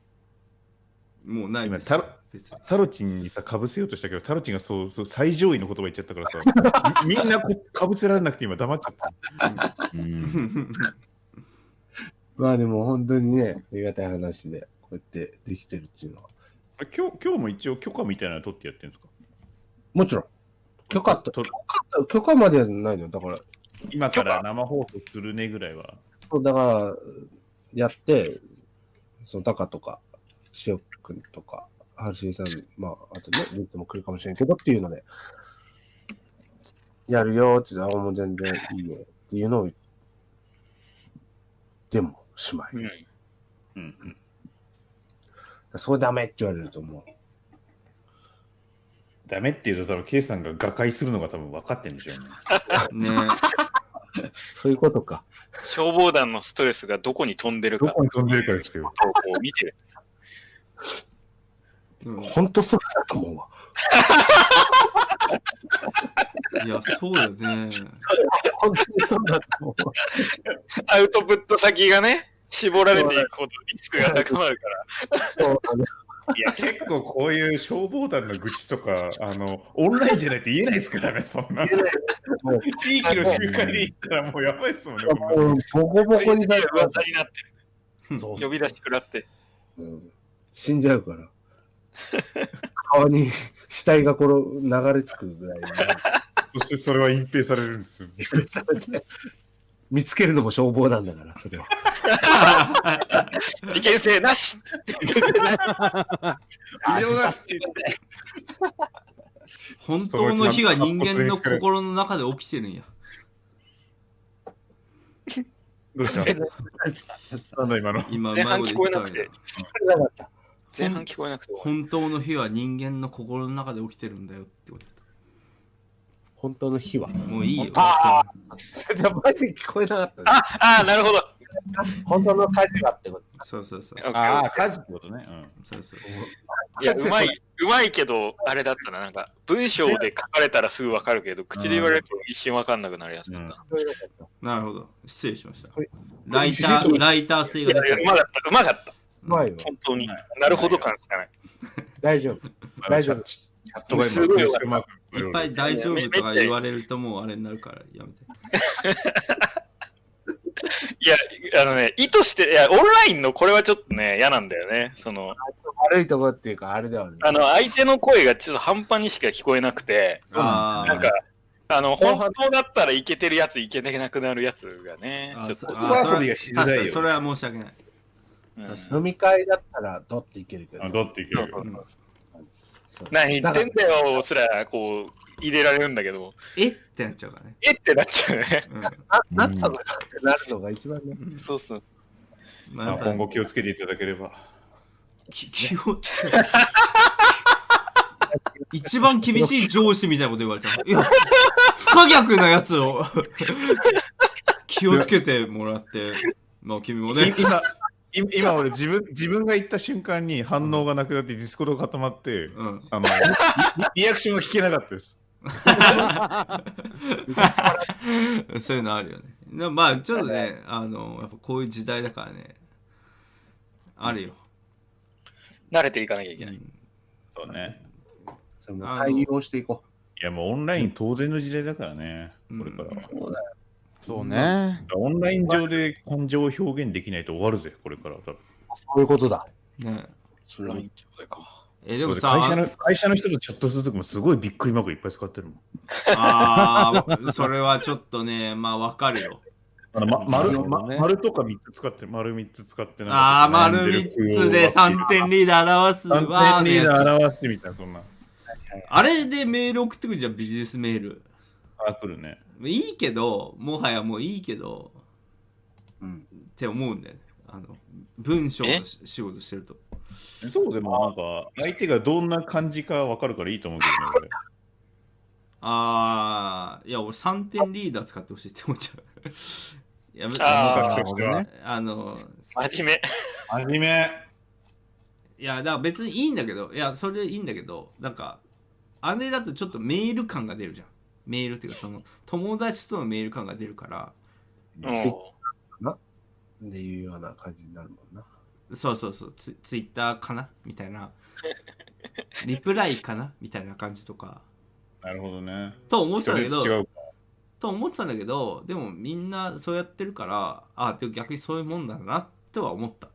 もうないんです
今タロ
別に
タロチンにさ、かぶせようとしたけど、タロチンがそう、そう最上位の言葉言っちゃったからさ、 みみんなこかぶせられなくて今黙っちゃった。
うん
まあでも本当にね、ありがたい話で、こうやってできてるっていうのは。
あ今日今日も一応許可みたいなの取ってやってるんですか
もちろん、許可と、許
と
可と、許可まではないのよ。だから、
今から生放送するねぐらいは。
そうだから、やって、その、タカとか、塩くんとか、はるしーさん、まあ、あとね、ルーツも来るかもしれんけどっていうので、やるよーって言って、あ、もう全然いいよっていうのを、でも、しまい。
うん
うん。
そこダメって言われると思う。
ダメって言うと多分、K さんが瓦解するのが多分分かってるんでしょうね。
ね
そういうことか。
消防団のストレスがどこに飛んでるか
ど
を
こに飛んでるかですよ。
こう見てるんですよ。
でも
ほんとそうだと思うわ。
いや、そうだよ ね。
本当にそうだと 思うわ。
アウトプット先がね、絞られていくほどリスクが高まるから。
そうだね
いや、結構こういう消防団の愚痴とか、あの、オンラインじゃないと言えないですからね、そん な。地域の集会で行ったらもうやばいっすもんね。こんなの
もうボコボコに
次々
なる
噂になってる。
そう
呼び出し食らって。
うん死んじゃうから。川に死体がこの流れ着くぐらいの
そしてそれは隠蔽されるんです よ。
見つけるのも消防なんだから、それは。
危険性なし
異常なしって
本当の火が人間の心の中で起きてるんや。
どうしたなんだ今の。
今、う
前
まい
半
こと
聞こえ
言
な
っ
く
たんや
て。。前半聞こえなくて。
本当の火は人間の心の中で起きてるんだよってことやっ
本当の火は。
た。もういいよ。
あじゃあマジで聞こえなかった、ね。
ああ、なるほど。
本当の火事はってこと。
そうそうそう。
ああ、火事ってことね。うん
そうそう。
いや、うまい、うまいけど、あれだったな。なんか、文章で書かれたらすぐわかるけど、口で言われると一瞬わかんなくなるやつだった。
なるほど。失礼しました
はい。
ライター、ライター性
い
が
やい
出た
やう。まかった、うまかった。
まいわ。
本当に。なるほど感しかない。
大丈夫。大丈夫。
チャットが今
すごいわ
うまく
いっぱい大丈夫とか言われるともうあれになるからやめて。
いや、あのね、意図して、いや、オンラインのこれはちょっとね、嫌なんだよね。その、
悪いところっていうか、あれだよね。
あの、相手の声がちょっと半端にしか聞こえなくて、
あ
なんか、あの、本当だったらいけてるやつ、いけてなくなるやつがね
あ、
ちょっと。
そあー
外遊びがしづら
確か
いよ
に
ね。
それは申し訳ない。
うん
飲み会だったら、どっていけるけど
あ。どうっていける
そう
よ。
何言ってんだよ、すら、こう、入れられるんだけど、
えってなっちゃうからね。
えってなっちゃうね。
なったのかってなるのが一番ね。
そうそう。
うんまあ
さ
や
あ
っぱ
今後気をつけていただければ。
き気をつけろ一番厳しい上司みたいなこと言われたの。いや、不可逆なやつを気をつけてもらって、まあ君もね。
今、今今俺自分、自分が言った瞬間に反応がなくなってディスコードが固まって、
うん。
あの、リ リアクションが聞けなかったです。
そういうのあるよね。なまあちょっとね、あの、やっぱこういう時代だからね、あるよ。
慣れていかなきゃいけない。
そうね。
その対応していこ
いや、もうオンライン当然の時代だからね。
うん
これからは。
そうね。
オンライン上で感情を表現できないと終わるぜ、これからは多分。
う。そういうことだ。
ね
それは
え、でもさ、
会社の会社の人とチャットするときもすごいびっくりマークいっぱい使ってるもん。
ああ、それはちょっとね、まあわかるよ。
あの、ま、丸、
なるほ
ま
どね
丸とか3つ使ってる。丸3つ使ってなんか
ああ、
ちょっ
丸
と悩んる
3つで3点リーダー表す
三
わー
点
の
リー
やつ。
ダー表してみたいな、そんな。
あれでメール送ってくるじゃん、ビジネスメール。
あ、来るね。
いいけど、もはやもういいけど、
うん
って思うんだよね。あの、文章のし仕事してると。
そう、でもなんか、相手がどんな感じかわかるからいいと思うけどね
ああ、いや、俺3点リーダー使ってほしいって思っちゃう。 やめ
あー
俺。としては。
あの、
真面
はじめ。
いや、だから別にいいんだけど、いや、それいいんだけど、なんか、あれだとちょっとメール感が出るじゃん。メールっていうか、その、友達とのメール感が出るから、
目。も
っていうような感じになるもんな。
そうそうそう、ツイツイッターかなみたい な。リプライかなみたいな感じとか。
なるほどね。
と思ってたんだけど、
違うか。
と思ってたんだけど、でもみんなそうやってるから、あ、でも逆にそういうもんだな、とは思った。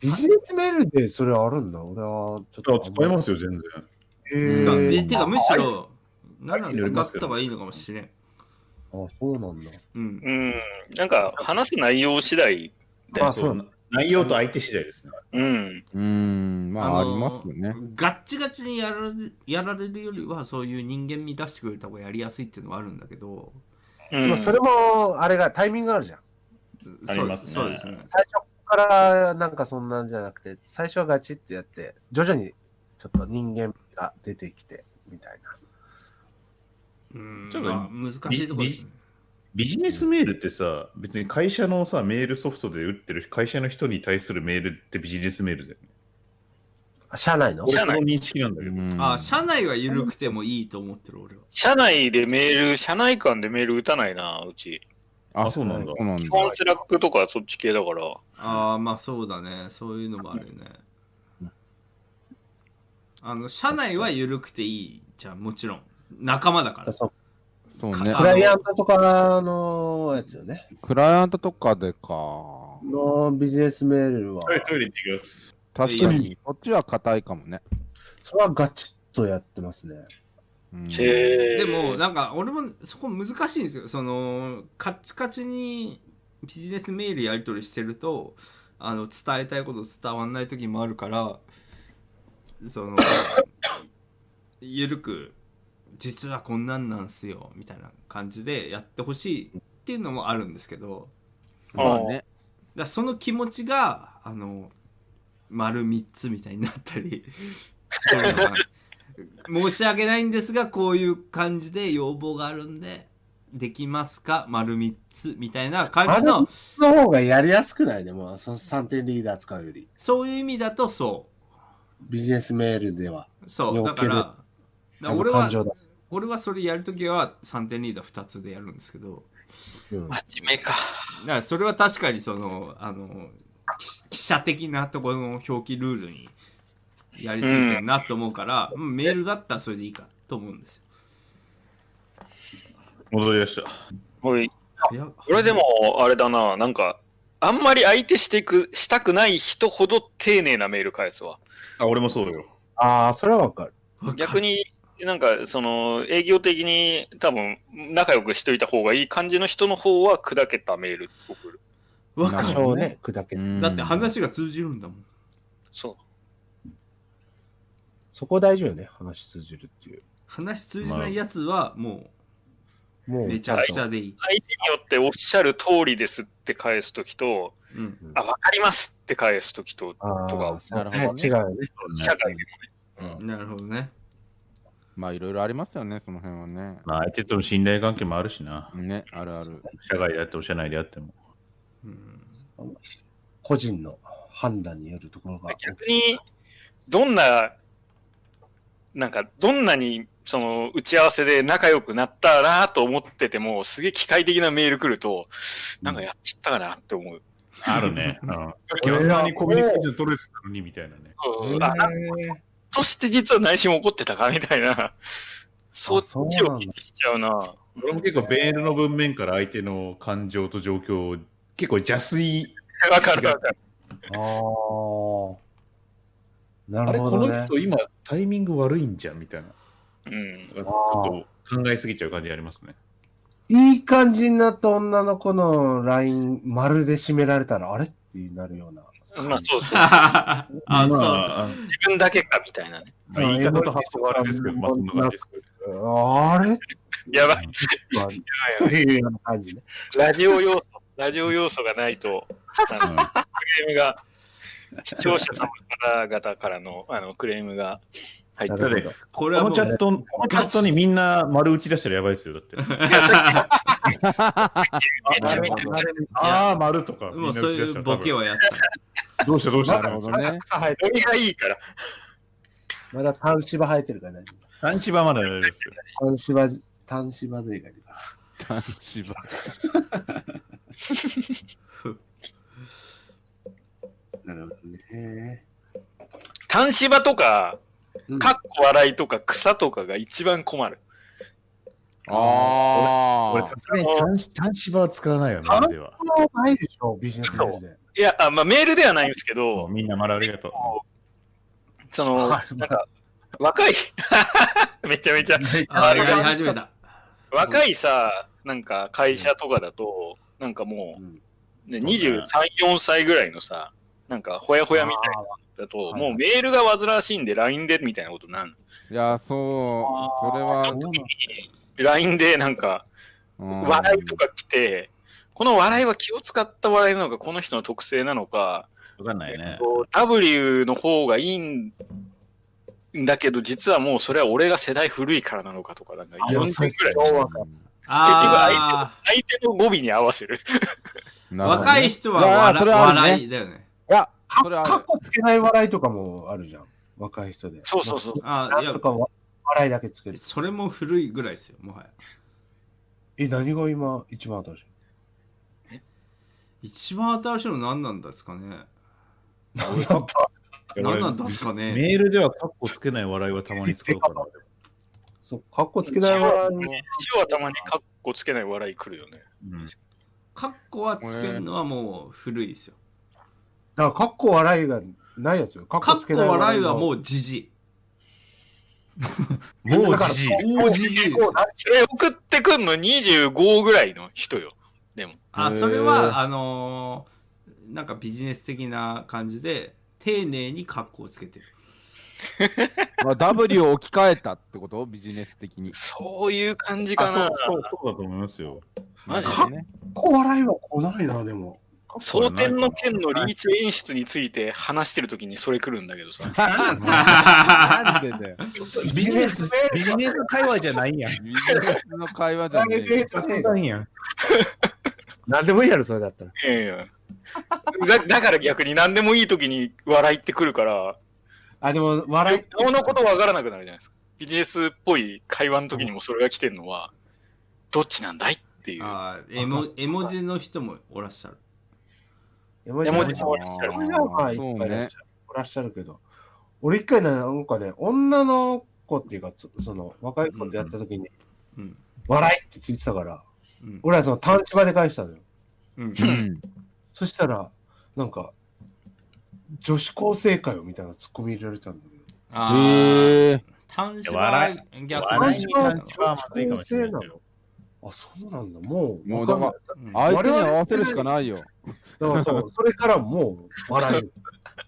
ビジネスメールでそれあるんだ。俺はちょっ
あ
と。
使えますよ、全然。
へ
て
ー
か、えてかむしろ、なんな
ありにより
ら使
ます
った
けど
方がいいのかもしれん。
あ、そうなんだ。
うん。
う、うん。なんか、話す内容次第だよ
あそう
な。内容と相手次第ですね。
うん。
うーん、まあ、あ
の
りますよね。
ガッチガチにやられやられるよりは、そういう人間味出してくれた方がやりやすいっていうのはあるんだけど、
うん
まあ、それも、あれが、タイミングがあるじゃん。
そ
あ
う
りますね
そうですね。
最初からなんかそんなんじゃなくて、最初はガチってやって、徐々にちょっと人間が出てきて、みたいな。
うん、
ちょっと
まあ難しいとこですね。
ビジネスメールってさ、別に会社のさ、メールソフトで打ってる会社の人に対するメールってビジネスメールだよね。
あ社内の
社
俺
内
の認識なんだけど。
あ、社内は緩くてもいいと思ってる俺は。
社内でメール、社内間でメール打たないな、うち。
あ、そうなんだ。
そうなんだ
基。本スラックとかそっち系だから。
ああ、まあそうだね。そういうのもあるよね。あの、社内は緩くていいじゃん、もちろん。仲間だから。
そう
そうね
か
クライアントとかのやつよね。
クライアントとかでか。
のビジネスメールは
トイレトイレ行ってきます。
確かに、こっちは硬いかもね。
それはガチッとやってますね。
うん
へー
でも、なんか俺もそこ難しいんですよそのカッチカチにビジネスメールやり取りしてるとあの伝えたいこと伝わんない時もあるからその ゆるく「実はこんなんなんすよ」みたいな感じでやってほしいっていうのもあるんですけど
あ
まあね。
だからその気持ちがあの丸3つみたいになったり そういうのが申し訳ないんですがこういう感じで要望があるんでできますか丸3つみたいな感じの
の方がやりやすくないでも、そ3点リーダー使うより。
そういう意味だとそ
ビジネスメールでは。
うそ
に
う
お
だか
ける
らだから
あの
俺
感
は
情だ。
俺はそれやるときは3点リーダー2つでやるんですけど
うん
真面目か。
だからそれは確かにそのあのき記者的なところの表記ルールにやりすぎてるなと思うから、うんメールだったらそれでいいかと思うんです
戻りました。
おい
よ。いや
これでも、あれだな、なんか、あんまり相手してく、したくない人ほど丁寧なメール返すわ。
あ、俺もそうよ。
ああ、それはわかる。
逆に、なんか、その、営業的に多分、仲良くしといた方がいい感じの人の方は砕けたメール送る。
わか
なる
る
ほど
超ね、砕ける。
だって話が通じるんだもん。
そ
そこ大事よね、話通じるっていう。
話通じないやつはも
も
う
う、
めちゃくちゃでいい。
う。相手によっておっしゃる通りですって返すときと、
うん、
あ、わかりますって返すときと、
あー
とか
そう
なるほどね
違うよね。
社会で
なるほどね。
まあいろいろありますよね、その辺はね。
まあ、相手との信頼関係もあるしな。
ね、あるある。
社外であっても社内であっても。
うん、
個人の判断によるところが。
逆に、どんな、なんか、どんなに、その、打ち合わせで仲良くなったなと思ってても、すげえ機械的なメール来ると、なんかやっちゃったかなって思う。
あるね。 うん。
俺は
逆にコミュニケーション取れてたのにみたいなね。
うんあなんとして実は内心怒ってたかみたいな。そっちを聞いてきちゃうな。
俺も結構ベールの文面から相手の感情と状況を結構邪推。
わかるわかる。
ああ。な
あれ、
るほ
こ
ど
の
ね。
人今タイミング悪いんじゃんみたいな。
うん。
ちょっと考えすぎちゃう感じありますね。
いい感じになった女の子のライン丸で締められたら、あれってなるような。
まあそうそ う。
あ、
ま
そう。
あ、
自分だけかみたいなね。
まあ言い方と発想があるんですけど、まあそんな感じです。
あ れ
やばい。
っていうような感じね。
ラジオ要素、ラジオ要素がないと、あのクレームが、視聴者様方々からのあのクレームが入って
な
る。
るほど。
これ
こ
はも
の
う
チャット、このチャットにみんな丸打ち出したらやばいですよ、だって。
めちゃめちゃ
ああ、丸とか。みん
もう
な打ち
そう
出し
い
た
う
ら多
ボ
分
ケはやってた。
どうしたどうした
なるほどね。
ノリがいいから。
まだ単芝生えてるから大丈
単一番まだ大丈夫ですよ。
夫。単芝、単芝勢がいる。
単一番。
なるほどね。
単芝とか
うん、
かっこ笑いとか草とかが一番困る。
あ
俺、さすがに単単芝は使わないよな、では。
もうないでしょ、ビジネスメールで。
いや、あまあ、メールではないんですけど、
みんな丸ありがとう。
その、なんか、若い、 めちゃめちゃ、
あやり始めた。
若いさ、なんか会社とかだと、なんかも
うん
う、ね、23、4歳ぐらいのさ、なんか、ほやほやみたいなのだと、
あー
もうメールが煩わしいんで、LINE でみたいなことになん
いや、そう、それは、
LINE でなんか、
うん
笑いとか来て、この笑いは気を使った笑いなのか、この人の特性なのか、
わかんないね。
こう W の方がいいんだけど、実はもうそれは俺が世代古いからなのかとか、なんか40ぐらい。
あ
相手の語尾に合わせる。
あ、
なるほどね
若い人は
あーそれ
笑
はあるね
笑いだよね。
いや、
か
それはあ
か
る
っこつけない笑いとかもあるじゃん。若い人で。
そうそうそう。
あ
な
あ、い
ん
や
と、かわ笑いだけつける。
それも古いぐらいですよ、もはや。
え、何が今一番新しい
一番新しいの何なんですかね何なんですかね
メールではカッコつけない笑いはたまに使うから。
そう、かっこつけない笑いも。
塩はたまにカッコつけない笑い来るよね。
うん
カッコはつけるのはもう古いですよ。
だから、かっこ笑いがないやつよ。かっ
かっこ笑いは
う。
もうじじ
もうじじい。
大じじです
それ送ってくんの25ぐらいの人よ。
あそれはあのーなんかビジネス的な感じで丁寧に格好をつけてる
まあ、W を置き換えたってことビジネス的に。
そういう感じ
あ
か
そう
な。
そうそうだと思いますよ。
マジで
ね。
こ笑いは来ないな、でも。
蒼天の剣のリーチ演出について話してるときにそれ来るんだけどさ。
なんでだよ。
ビジネス、ビジネス会話じゃないやん。
ビジネスの会話じゃねえよ。
雑談やん。
なんでもいいやろ、それだったら。
いやいやだだから逆に何でもいいときに笑いってくるから、
あ、でも、笑い。
顔のことわからなくなるじゃないですか。ビジネスっぽい会話の時にもそれが来てるのは、どっちなんだいっていう。
あー絵文絵文字の人もおらっしゃる
山
絵
地
文
さ
字
ん
もおらっしゃる
それがまあいっ
そう
ぱいいらっ
ね
しゃる,、らっしゃるけど、俺一回ね、なんかね、女の子っていうか、つその若い子とやった時に、
うん
笑いってついてたから、
うん
俺はその短芝で返したのよ。
うん
うん。
そしたら、なんか、女子高生会をみたいなツッコミ入れられたんだけど、
あー
へえ。
単身は
笑
逆
笑
に
いに
単
関してはまずいかもしれないですよ。
あ、そうなんだ、もう、
もう
わかんない
うん
相手に合わせるしかないよ。
だからそう、それからもう、笑い。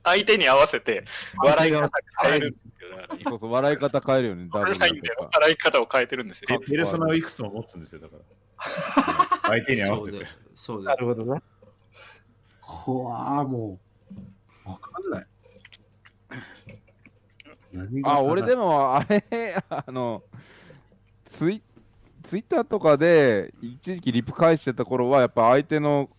相手に合わせて、笑い方変えるんですよ。だから
そうそう、笑い方変えるよね。
オンラインで
W とか。
笑い方を変えてるんですよ。
ペルソナをいくつも持つんですよ、だから。相手に合わ
そう
せ
だよ
て。
そうだ
な
よ
るほどな。
ほわー、もう、わかんない。何が
あ、俺でも、あれ、あの、ツイツイッターとかで、一時期リプ返してた頃は、やっぱ相手の、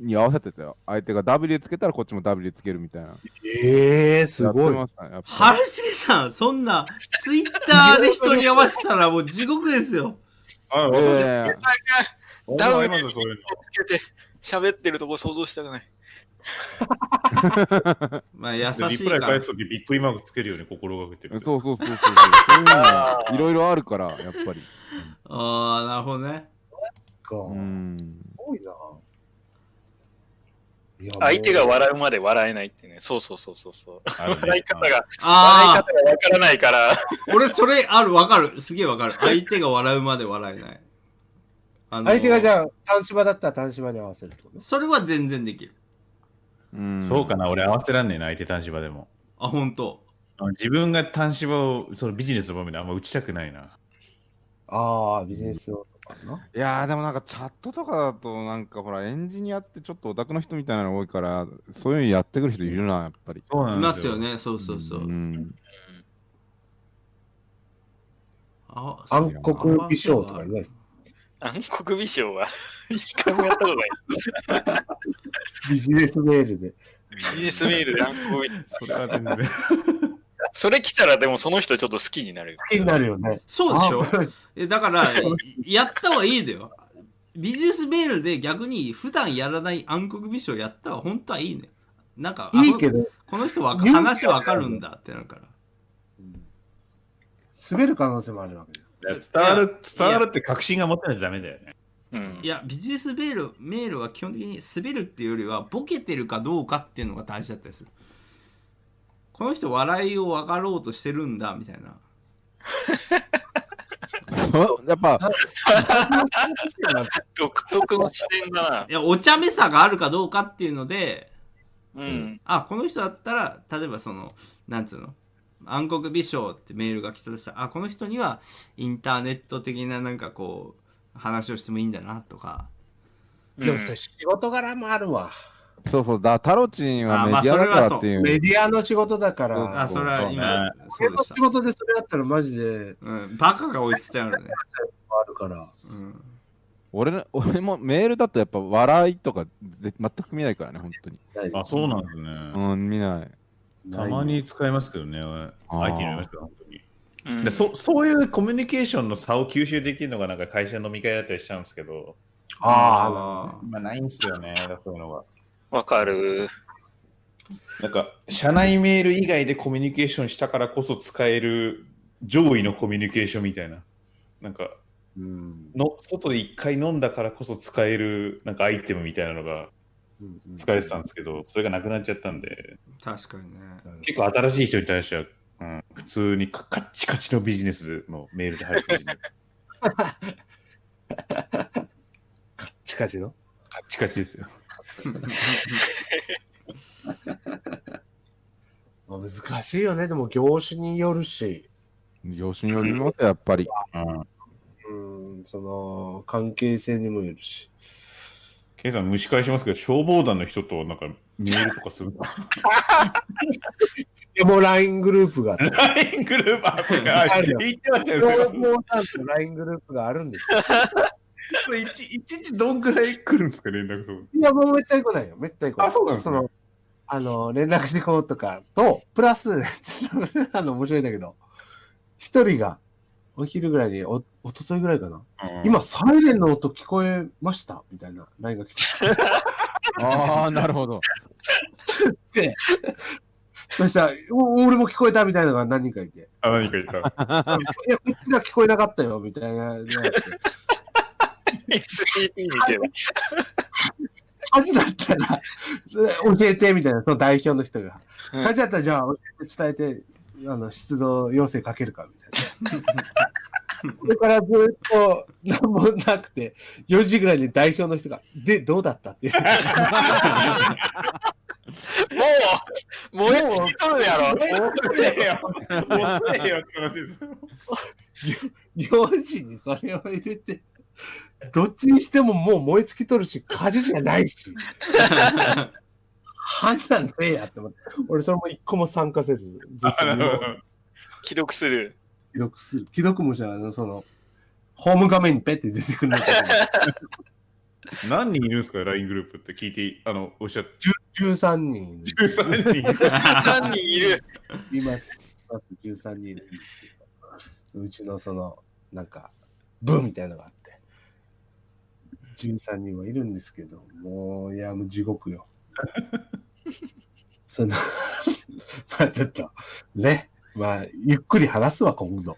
に合わせてたよ。相手が W つけたらこっちも W つけるみたいな。
ええす
や
ご
っ
い
て。ましたねやっぱ
春重さんそんなツイッターで人に合わせたらもう地獄ですよ
あ、
いやい
私、
やいや
ダウンますよ、そういうの。
つけて喋ってるとこ想像したくない。
まあ優
でリ
しいか
プライ
ら
返すとき、ビックリマークつけるように心がけてる。
そうそうそうそうそう。そういうの がいろいろあるから、やっぱり。
ああなるほどね
か、
う
す
ん。
ごいないや
相手が
もう
笑うまで笑えないってね。そうそうそうそうそう。
あるね
笑い方が、笑い
あ
方がわからないから。
あ俺それあるわかるすげえわかる相手が笑うまで笑えないあの
相手がじゃあ、単芝だったら単芝に合わせるってこと
それは全然できる
うん
そうかな、俺合わせらんねえな、相手単芝でも。
あ本当
あ自分が単芝をそのビジネスの場面であんま打ちたくないな。
ああ、ビジネス用とかな。
いやーでもなんかチャットとかだとなんかほらエンジニアってちょっとオタクの人みたいなの多いからそういうのやってくる人いるなやっぱり
そう
い
なん
ますよ。ねそうそうそう、
ん、
あ
暗黒衣装とかいないです
暗黒美少は一回もやったことない。
ビジネスメールで。
ビジネスメールで暗黒美
それは全然。
それ来たらでもその人ちょっと好きになる。
好きになるよね。
そうでしょ
あ
えだからいやった方がいいだよビジネスメールで逆に普段やらない暗黒美少やったら本当はいいねなんかあ
いいけど、
この人は
勇気は
話わかるんだってなるから
滑る可能性もあるわけだよ
伝わる、伝わるって確信が持ってないとダメだよね。
うん
い。やビジネスメールメールは基本的に滑るっていうよりはボケてるかどうかっていうのが大事だったりするこの人笑いを分かろうとしてるんだみたいな
そうやっぱ
独特の視点だな。
いやお茶目さがあるかどうかっていうので
うん。
あこの人だったら例えばそのなんつうの暗黒美少ってメールが来たとしたらあこの人にはインターネット的ななんかこう話をしてもいいんだなとか
でも
うん
それ仕事柄もあるわ。
そうそうだタロチンは
あ
メ
まあ
ディアだか
それはそ
ら
う
っていう,、
メディアの仕事だか
うん
ら。
あそれは今そう
俺
で
の
し
仕
た、
事でそれだったらマジで
うん、バカが追いついてあるね、
あるから。
うん、
俺の俺もメールだとやっぱ笑いとかぜ全く見ないからね本当に
あ、そうなんですね。
うん見ない
たまに使いますけどね、俺
あー
IT になりますけど、本当に。
うん
でそそういうコミュニケーションの差を吸収できるのが、なんか会社の飲み会だったりしたんですけど、
あ
今ないんですよね、そういうのが。
わかる。
なんか、社内メール以外でコミュニケーションしたからこそ使える上位のコミュニケーションみたいな。なんか、
あ。うん。
の外で一回飲んだからこそ使えるなんかアイテムみたいなのが使えてたんですけど、それがなくなっちゃったんで、
確かにね。
結構新しい人に対しては、うん、普通にカカッチカチのビジネスのメールで入ってくる。
近々の
カッチカチ ですよ。
まあ難しいよね。でも業種によるし、
養子によりますやっぱり。
うん。
うん、その、関係性にもよるし。
ケイさん蒸し返しますけど、消防団の人となんかメールとかするの
でも LINE グループがあって、
?LINE グループあそうか
あるよ
言ってましたよ、それ
消防団と LINE グループがあるんですよ。
これ一一日ど んぐらい来るんですか、連絡とか。
いや、もうめったに来ないよ。めったに来ない。
あそうなんです
そ
ね
の、あの、連絡事項とかと、プラス、 ちょっと、あの、面白いんだけど、一人が、お昼ぐらいに、お、おとといぐらいかな。今、サイレンの音聞こえましたみたいな LINE が来て。
ああ、なるほど。
そしたら、お俺も聞こえたみたいなのが何人かいて。
あ、何か言った。
いや、こっちが聞こえなかったよ、みたいなのがあって。
SCP みたいな。
火事だったら、教えてみたいな、その代表の人が。
うん
火事だったら、じゃあ、教えて伝えて、あの、出動要請かけるか、みたい な。それからずっと、何もなくて、4時ぐらいに代表の人が、で、どうだった って言って。
もう、燃え尽きとるや ろ。
遅えよ遅えよって話です。
4時にそれを入れて、どっちにしてももう燃え尽きとるし、火事じゃないし、 判断せえやって思って、俺それも一個も参加せず、ずっと
あ
見よ
の
う
既読する。
既読する。既読もじゃあの、その、ホーム画面にペッて出てくるん だけ
何人いるんですか、LINE グループって聞いて、あの、おっしゃって。
ど、13人い
13
る
人。
3人いる。
います。まず13人いるんですけど、うちのその、なんか、部みたいなのがあって、13人はいるんですけど、もう、いや、もう地獄よ。 その、 まあちょっと、ね、まあ、ゆっくり話すわ、今度。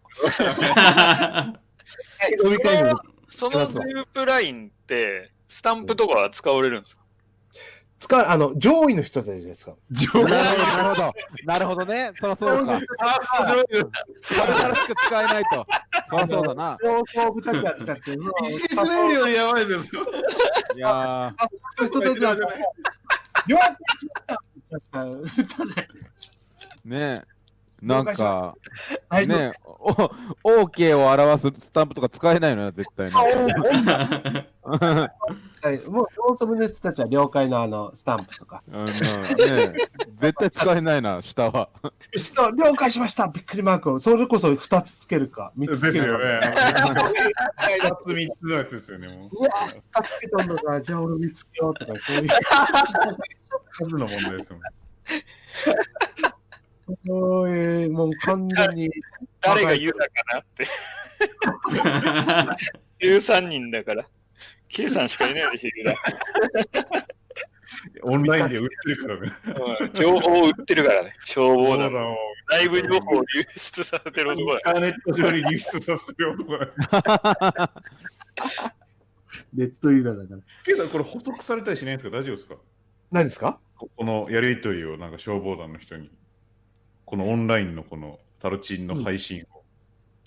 飲み会も
そのグループラインって、スタンプとかは使われるんですか
使う、あの、上位の人たちですか。
なるほど、なるほど。なるほどね。そらそうか。新しく使えないと。そらそうだな。
上層部たちは使ってる。
ビジネスメールよりやばいですよ。
いや
そういう人たちは、よく来た
ー、ねえ。なんか、
はい
ねえ、お OK を表すスタンプとか使えないのよ、絶対に。
はい、もう、ローソブの人たちは了解のあの、スタンプとか。
あのねえ絶対使えないな、下 は。
人、了解しましたびっくりマークを、それこそ2つつけるか、3つ
です
つける
よ
か。
ね。2つ3つのやつですよね。もう
うわ、2つつけたんだから、じゃあ俺見つけようとか、そういう、
数の問題ですよ。
そういう、もう完全に、
誰が言うだかなって。13人だから。K さんしかいないでしょ、ユ
オンラインで売ってるからね。
ダうん情報を売ってるからね。消防団。
も
ライブ情報を流出させてる
イン
男だ。
ターネット上に流出させる男だ。
ネットユーザーだから。
ケイさん、これ補足されたりしないんですか大丈夫ですか
何ですか
ここのやりとりをなんか消防団の人に、このオンラインのこのタロチンの配信を。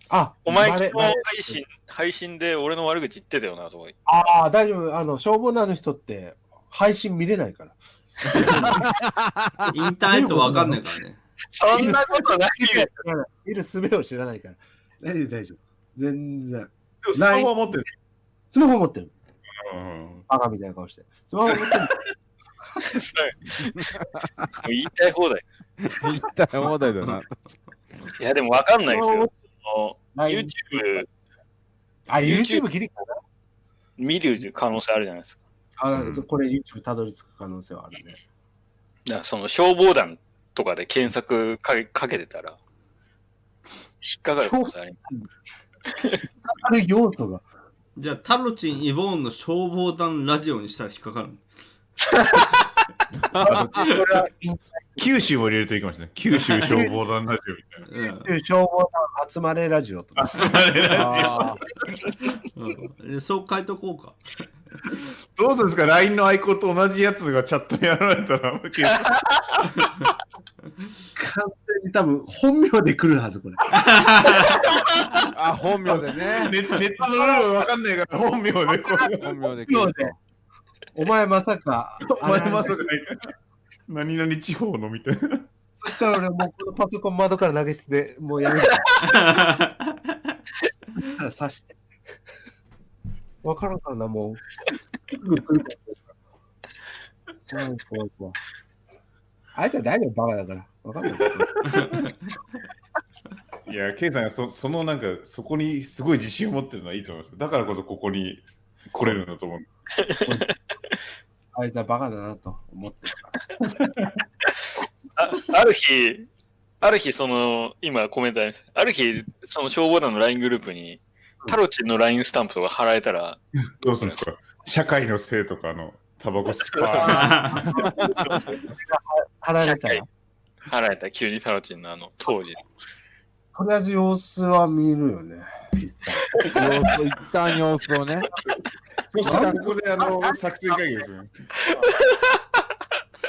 あ、
お前
バ
昨
レ
日
バレ
配信、配信で俺の悪口言ってたよな、とか。
ああ、大丈夫。あの、消防団の人って、配信見れないから。
インターネットわかんないからね。
そんなことないよ。
見る術を知らないから。大丈夫、大丈夫。全然。
でも、スマホは持ってる。
スマホ持ってる。
うん
バカみたいな顔して。スマホ持ってる。
言いたい放題。
言ったら問題だな。
いや、でもわかんないですよ。その
LINE
YouTube
あ、
YouTube
YouTube 切り替え
見る可能性あるじゃないですか。
あ、
うん
これ YouTube たどり着く可能性はあるね。
だからその消防団とかで検索かけかけてたら、引っかかる可能性あります。
ある要素が。
じゃあ、タロチン・イボーンの消防団ラジオにしたら引っかかるの
九州も入れるといいかもしれない。九州消防団ラジオみたいな。
うん
消防団集 まれラジオとか。
うんでそう書いとこうか。
どうするんですか ?LINE のアイコンと同じやつがチャットにやられたら、
完全に多分、本名で来るはず、これ。
あ、本名でね。
ネネットのルールわかんないから本名でこう。
本名で来ると。
お前まさか、
お前まさかね何々地方のみたいな。
そしたら俺もうこのパソコン窓から投げ捨てて、もうやめたから刺して。 わからんからな、もう。す ぐ来るから怖い怖い怖い。あいつは大丈夫、バカだから。わかんない。
いや、ケイさんがそそのなんか、そこにすごい自信を持ってるのはいいと思います。だからこそここに来れるんだと思う。
あいつはバカだなと思って。
あある日、ある日、その、今コメントありましたある日、その消防団の LINE グループに、タロチンの LINE スタンプとか貼られたら、
どうするんですか社会のせいとかのタバコス パー。
払われた
社
ら。
貼られた、急にタロチンのあの、当時。
とりあえず様子は見るよね。
様子を一旦様子をね。
そしたらここであの作戦会議ですね。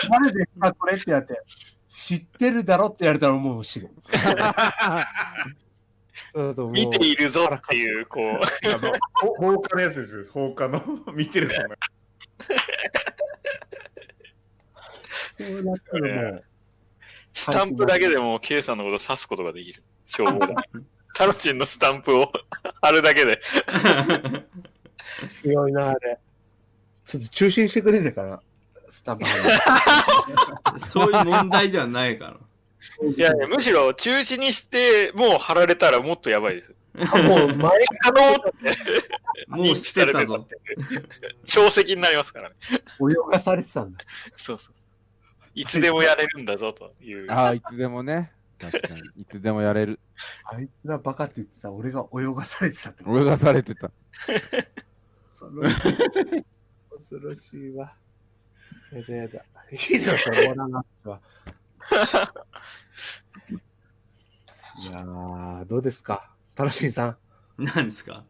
誰であこれってやって、知ってるだろってやれたらもう知 る。そうだと思う
見ているぞっていう、こう、
あのほ放火のやつです。放火の見てるそんな。
そうなったらもう
スタンプだけでも、K さんのことを指すことができる。消防団。タロチンのスタンプを 貼るだけで。
強いな、あれ。ちょっと中心してくれてたかな。スタンプ貼る
そういう問題ではないから。
いやいや、むしろ中止にして、もう貼られたらもっとやばいです。
の。も う前か
可能
もうしてた ぞ。。
超責になりますからね。
泳がされてたんだ。
そうそう。いつでもやれるんだぞという。
あいつでもね。確かに。いつでもやれる。
あいつらバカって言ってた俺が泳がされてたってこと。
泳がされてた。
恐ろしい。恐ろしいわ。やだやだ。いいだろ、それ終わらなくては。いやー、どうですか楽しいさん。
何ですか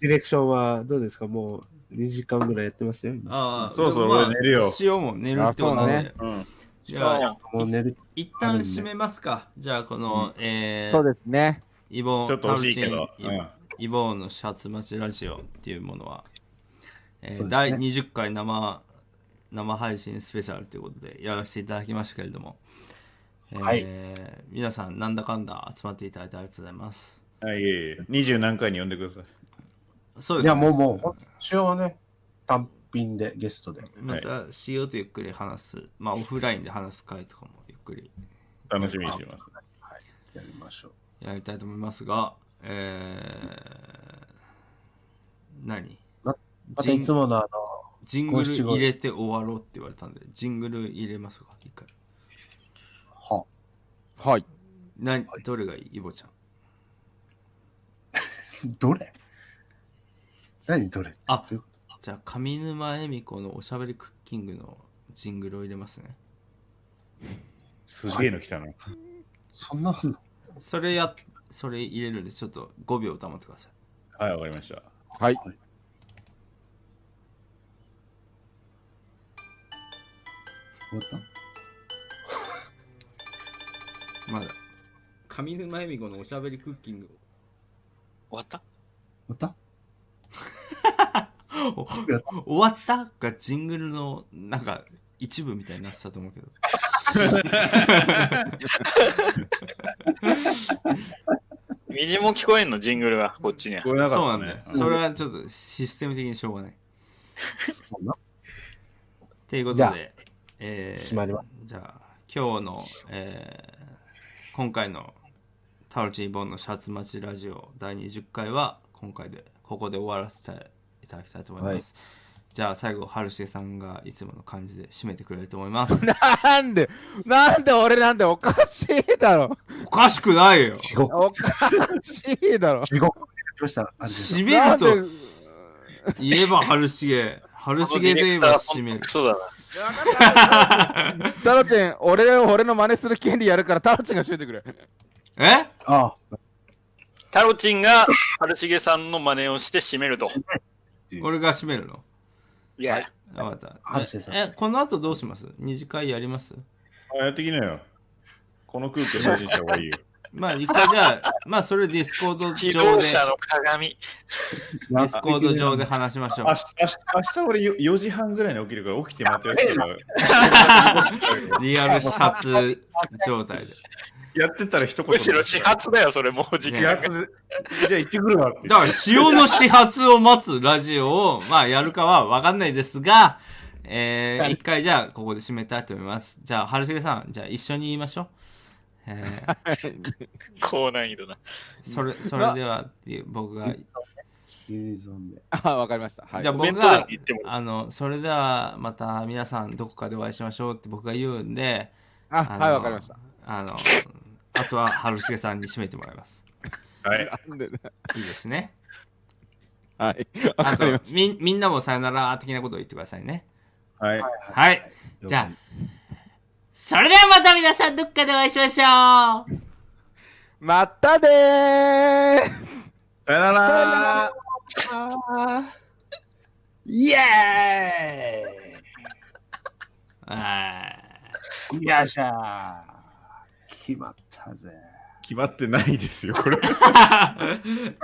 ディレクションはどうですかもう2時間ぐらいやってますよ。今
ああ、
そうそう
まあ
俺寝るよ
しようも寝るってこと
あそう
ね。じゃあ、
もう寝る。
一旦閉めますか。じゃあ、この、え
そう
ー、
ですね。
イボ
ちょっ
ー、
と
タ
欲
ル
しい
チ
け
ン
ど。、うん
イボーのシャツ待ちラジオっていうものは、えー
そうですね
第20回生生配信スペシャルということでやらせていただきましたけれども、えー
はい
皆さんなんだかんだ集まっていただいてありがとうございます。
あいえいえ、二十何回に呼んでください。
そう
い
です
や、
ね。
もうもう、今週はね、単品でゲストで。
また CO とゆっくり話す、まあオフラインで話す回とかもゆっくり
楽しみにしてます。
やりましょう。
やりたいと思いますが、えー、何
またいつものあの、
ジングル入れて終わろうって言われたんで、ジングル入れますか一回。
は
はい。
などれがいいイボちゃん。
どれ何どれ
あじゃあ上沼恵美子のおしゃべりクッキングのジングルを入れますね。
すげえの来たな。
そんなの
それや、それ入れるんでちょっと5秒黙ってください。
はい、わかりました。
はい。
終わった
まだ。上沼恵美子のおしゃべりクッキング。
わった
終わっ
お終わったがジングルのなんか一部みたいになってたと思うけど。
虹も聞こえんの、ジングルが、こっちには。
これな
そうな
かっ
ん
た
だよ
ね。。
それはちょっとシステム的にしょうがない。
たそうな
というこ
じ
と
ゃあ
で、えー
閉まります。
じゃあ今日の、えー今回のタロチンボンのシャツ待ちラジオ第20回は今回でここで終わらせていただきたいと思います、じゃあ最後春重さんがいつもの感じで締めてくれると思います
なんで、なんで俺なんでおかしいだろ。
おかしくないよ
地獄、
おかしいだろ。
地獄になりました。あれです
締め
な
る
んで
と言えば春重春重で言えば締める
クソだな。
タロチン、俺を俺の真似する権利やるからタロチンが閉めてくれ。
え
ああ、
タロチンが、春重さんの真似をして締めると。
俺が締めるの
いや、
わか
ハル
っ
シェさ
た。
ん
え、この後どうします二次会やります
あやってきなよ。この空気を大事にした方がいいよ。
まあ、一回じゃあ、まあ、それディスコード
自
上
動
で、デ
車の鏡。
ィスコード上で話しましょ
明日明日明日俺よ4時半ぐらいに起きるから起きてまたやってたら
う。リアル始発状態で。
やってたら一言。
むしろ始発だよ、それもう
始
時間が。
発じゃあ行ってくるわって
だから、潮の始発を待つラジオを、まあ、やるかはわかんないですが、えー、一回じゃあ、ここで締めたいと思います。じゃあ、春重さん、じゃあ、一緒に言いましょう。えー、
高難易度な。
それ、それでは、っていう僕が、
ユニゾンで。
あ、わかりました。はい
じゃあ。
コメン
僕
トでも
が、
言っても
あの、それでは、また皆さん、どこかでお会いしましょうって僕が言うんで、
あ、
あの
はい、わかりました。。
あの、あとは、春重さんに締めてもらいます。
はい。
なんでね
いいですね。
はい。わ
あ
か
と
りまし、
み、みんなもさよなら的なことを言ってくださいね。
はい。
はい。じゃあ、それではまた皆さん、どっかでお会いしましょう。
た。またでー
さよなら
イエ
あ
ーイよっしゃー決まったぜ。
決まってないですよ、これ。
ー